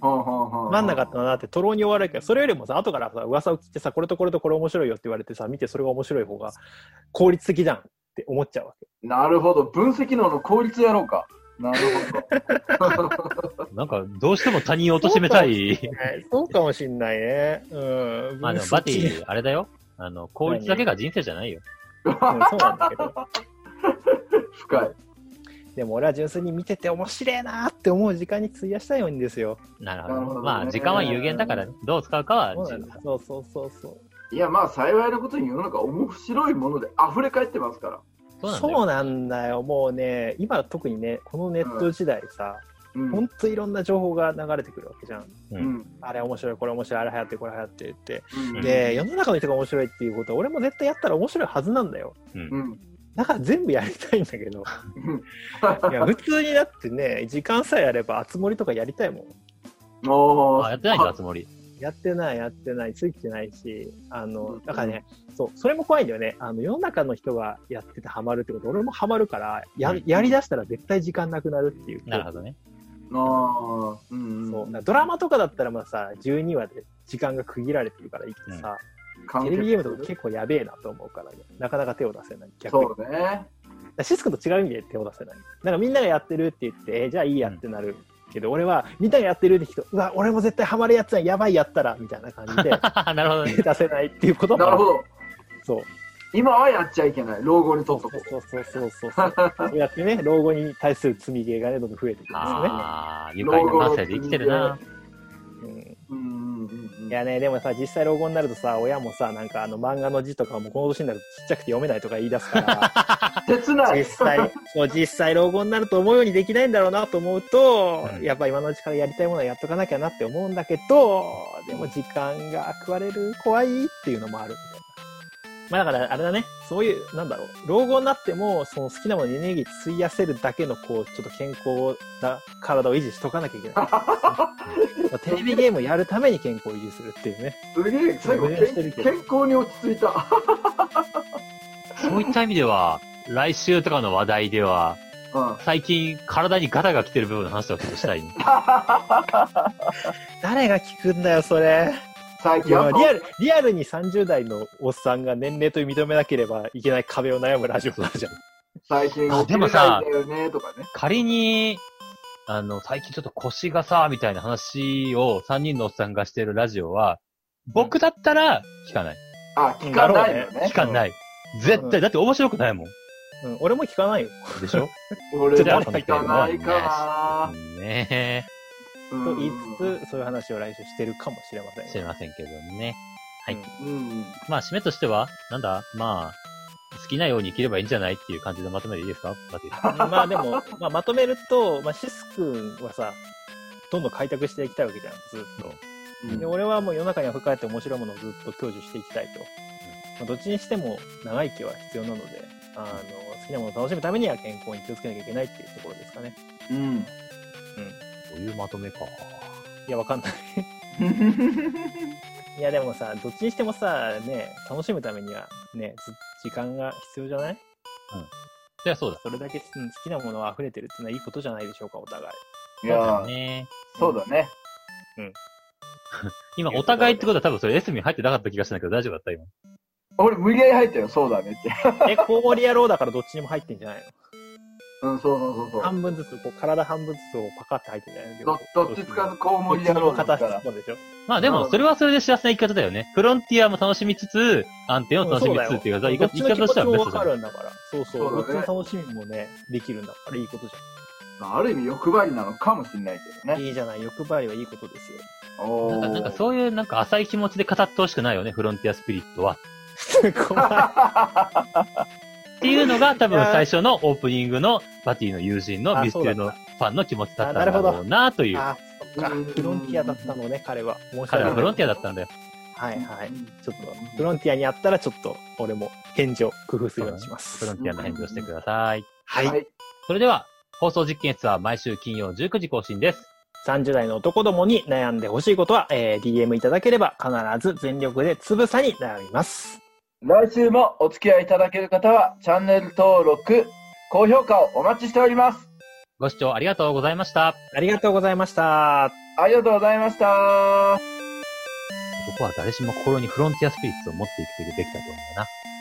Speaker 1: ほうほうほう
Speaker 3: なんなかったなってとろうに終わるけどそれよりもさ後からさ噂を聞いてさこれとこれとこれ面白いよって言われてさ見てそれが面白い方が効率的じゃんって思っちゃうわけ
Speaker 1: なるほど。分析能の効率やろうか。なるほど。
Speaker 2: なんか、どうしても他人を貶めたい。
Speaker 3: (laughs) そうかもしんないねうん
Speaker 2: まあでも、バティ、あれだよ。あの、効率だけが人生じゃないよ。
Speaker 3: (laughs) そうなんだけど
Speaker 1: 深い。
Speaker 3: でも俺は純粋に見てて面白いなーって思う時間に費やしたいんですよ。
Speaker 2: なるほど。
Speaker 1: なるほどね
Speaker 2: まあ、時間は有限だから、どう使うかは
Speaker 3: そう
Speaker 2: 自
Speaker 3: な
Speaker 2: 由
Speaker 3: ん
Speaker 2: だ
Speaker 3: だそうそうそうそう。
Speaker 1: いや、まあ、幸いなことに世の中面白いもので溢れ返ってますから。
Speaker 2: そうなんだ
Speaker 3: そう
Speaker 2: よ。
Speaker 3: なんだよ。もうね、今特にね、このネット時代さ、
Speaker 1: うん。
Speaker 3: ほんといろんな情報が流れてくるわけじゃん。
Speaker 2: う
Speaker 1: うんん。
Speaker 3: あれ面白い、これ面白い、あれ流行って、これ流行ってって。
Speaker 1: うん
Speaker 3: で、世の中の人が面白いっていうことは、俺も絶対やったら面白いはずなんだよ。
Speaker 1: うん。
Speaker 3: だから全部やりたいんだけど。いや、普通にだってね、時間さえあれば、熱盛とかやりたいもん。
Speaker 1: おー
Speaker 2: あ、やってないんだ、つもり。
Speaker 3: やってない、やってない、ついてないし、あの、だからね、そう、それも怖いんだよね。あの、世の中の人がやっててハマるってこと、俺もハマるから、や
Speaker 2: うん、
Speaker 3: やりだしたら絶対時間なくなるっていう。
Speaker 2: なるほどね。
Speaker 1: あーうん
Speaker 3: そう。だか
Speaker 1: ん。
Speaker 3: らドラマとかだったらまあさ、12話で時間が区切られてるからいいけどさ、テレビゲームとか結構やべえなと思うからね、なかなか手を出せない。逆に。だか
Speaker 1: そうね。
Speaker 3: らシスコと違う意味で手を出せない。なんかみんながやってるって言って、えーじゃあいいやってなる。けど俺はみんながやってるって人うわ俺も絶対ハマるやつやんやばいやったらみたいな感
Speaker 1: (laughs)
Speaker 3: じで
Speaker 2: (laughs) なるほどね。
Speaker 3: 手出せないっていうことも
Speaker 1: な
Speaker 3: あ
Speaker 1: るほど。
Speaker 3: そう
Speaker 1: 今はやっちゃいけない。老後にと
Speaker 3: そう
Speaker 1: っとこ
Speaker 3: そうそうそうそうそう。そうやってね、老後に対する積みゲーがね、どんどん増えていくん
Speaker 2: ああ、愉快な感性で生きてるな。
Speaker 3: ですね。
Speaker 1: う。うんうんう
Speaker 3: うん
Speaker 1: ん
Speaker 3: いやね、でもさ、実際老後になるとさ、親もさ、なんかあの漫画の字とかもこの年になるとちっちゃくて読めないとか言い出すか
Speaker 1: 切
Speaker 3: ら、
Speaker 1: な
Speaker 3: 実
Speaker 1: い。
Speaker 3: 際、そう実際老後になると思うようにできないんだろうなと思うと、
Speaker 2: うん
Speaker 3: やっぱ今のうちからやりたいものはやっとかなきゃなって思うんだけど、でも時間が食われる、怖いっていうのもあるみたいな。まあだからあれだね、そういう、なんだろう、老後になっても、その好きなものにエネルギー費やせるだけの、こう、ちょっと健康な体を維持しとかなきゃいけない。
Speaker 2: (laughs)
Speaker 3: まあテレビゲームをやるために健康を維持するっていうね。
Speaker 1: すげえ、最後、けん健康に落ち着いた。
Speaker 2: そういった意味では、来週とかの話題では、
Speaker 1: うん
Speaker 2: 最近体にガタが来てる部分の話をちょっとしたい。
Speaker 3: 誰が聞くんだよ、それ。
Speaker 1: 最
Speaker 3: い
Speaker 1: 近
Speaker 3: や、
Speaker 1: は
Speaker 3: リアル、リアルに30代のおっさんが年齢と認めなければいけない壁を悩むラジオなんじゃん。
Speaker 1: 最近
Speaker 2: あでもさ
Speaker 1: 起きれないんだよねとかね。
Speaker 2: 仮に、あの、最近ちょっと腰がさ、みたいな話を3人のおっさんがしてるラジオは、僕だったら聞かない。
Speaker 1: あ、聞かないよ
Speaker 3: え
Speaker 2: 聞
Speaker 1: ね。
Speaker 2: かない。絶対、だって面白くないもん。
Speaker 3: うん、俺も聞かないよ。
Speaker 2: でしょ
Speaker 1: 俺も
Speaker 2: ちょっと
Speaker 1: 聞かないか
Speaker 2: ね
Speaker 1: な。
Speaker 3: と言いつつ、そういう話を来週してるかもしれません
Speaker 2: え、
Speaker 3: よ
Speaker 2: 知りませんけどね。
Speaker 1: うんうん。
Speaker 2: まあ、締めとしては、なんだまあ、好きなように生きればいいんじゃないっていう感じのまとめでいいですかだって
Speaker 3: まあでも、まあ、まとめると、まあ、シス君はさ、どんどん開拓していきたいわけじゃん、ずっと。
Speaker 1: うん
Speaker 3: で、俺はもう世の中には深って面白いものをずっと享受していきたいと。まあ、どっちにしても長生きは必要なので、あの、好きなものを楽しむためには健康に気をつけなきゃいけないっていうところですかね。
Speaker 1: うん。
Speaker 2: そういうまとめか。
Speaker 3: いや、わかんない。いや、でもさ、どっちにしてもさ、ね、楽しむためには、ね、ず時間が必要じゃない
Speaker 2: いや、そうだ。
Speaker 3: それだけ、うん、好きなものは溢れてるっていうのはいいことじゃないでしょうか、お互い。
Speaker 1: い
Speaker 2: そう
Speaker 1: や
Speaker 2: だ、ね。
Speaker 1: そうだね。
Speaker 2: 今、お互いってことは多分それ、エスミン入ってなかった気がしたんだけど、大丈夫だった今。
Speaker 1: 俺、無理やり入ったよ、そうだねって。
Speaker 3: え、氷野郎だからどっちにも入ってんじゃない
Speaker 1: うん、そうそうそ
Speaker 3: の
Speaker 1: うそう。
Speaker 3: 半分ずつ、こう、体半分ずつをパカって入ってんじゃないの
Speaker 1: どどっちつかず、こう無
Speaker 3: どっ
Speaker 1: 理
Speaker 3: ち
Speaker 1: やろ
Speaker 3: の
Speaker 1: うだ
Speaker 3: 片
Speaker 1: か
Speaker 3: 足
Speaker 1: ら。
Speaker 3: もでしょ
Speaker 2: まあでも、それはそれで幸せな生き方だよね。フロンティアも楽しみつつ、安定を楽しみつつっていうか、
Speaker 3: そうだ
Speaker 2: 生
Speaker 3: よ
Speaker 2: き方としては
Speaker 3: どっ
Speaker 2: ベス
Speaker 3: ちの気持ち
Speaker 2: トじ
Speaker 3: もわ
Speaker 2: ゃ
Speaker 3: か
Speaker 2: ん。
Speaker 3: るんだから。そうそう。
Speaker 1: そうだ
Speaker 3: ど
Speaker 1: ね
Speaker 3: っちの楽しみもね、できるんだからいいことじ
Speaker 1: ある意味欲張りなのかもしれないけ
Speaker 3: ゃ
Speaker 1: ど
Speaker 3: ん。
Speaker 1: ね。
Speaker 3: いいじゃない。欲張りはいいことで
Speaker 2: (laughs)
Speaker 3: すよ。
Speaker 1: お
Speaker 2: なんか、なんかそういうなんか浅い気持ちで語ってほしくないよね、フロンティアスピリットは。
Speaker 3: 怖
Speaker 2: っていうのが多
Speaker 3: い
Speaker 2: 分
Speaker 3: やー
Speaker 2: 最初のオープニングのバティの友人の
Speaker 3: あ
Speaker 2: ミステル
Speaker 3: そう
Speaker 2: の
Speaker 3: だ
Speaker 2: ファンの気持ちだったんだろうなとい
Speaker 3: い。
Speaker 2: う。
Speaker 3: あ、そっか。フロンティアだったのね、彼は。申し
Speaker 2: 彼は
Speaker 3: 訳
Speaker 2: フロ
Speaker 3: な
Speaker 2: ンティアだったんだよ。
Speaker 3: い。はいはい。
Speaker 1: うん
Speaker 3: ちょっと、フロンティアにあったら、ちょっと、俺も返事を工夫するようにしま
Speaker 2: フ
Speaker 3: す。
Speaker 2: ロンティアの返事をしてください。は。
Speaker 1: はい
Speaker 2: それでは、放送実験室は毎週金曜19時更新です。
Speaker 3: 30代の男どもに悩んでほしいことは、えー DM いただければ必ず全力でつぶさに悩みます。
Speaker 1: 来週もお付き合いいただける方はチャンネル登録、高評価をお待ちしております。
Speaker 2: ご視聴ありがとうございました。
Speaker 3: ありがとうございました。
Speaker 1: ありがとうございました。
Speaker 2: 男は誰しも心にフロンティアスピリッツを持って生きていくべきだと思うな。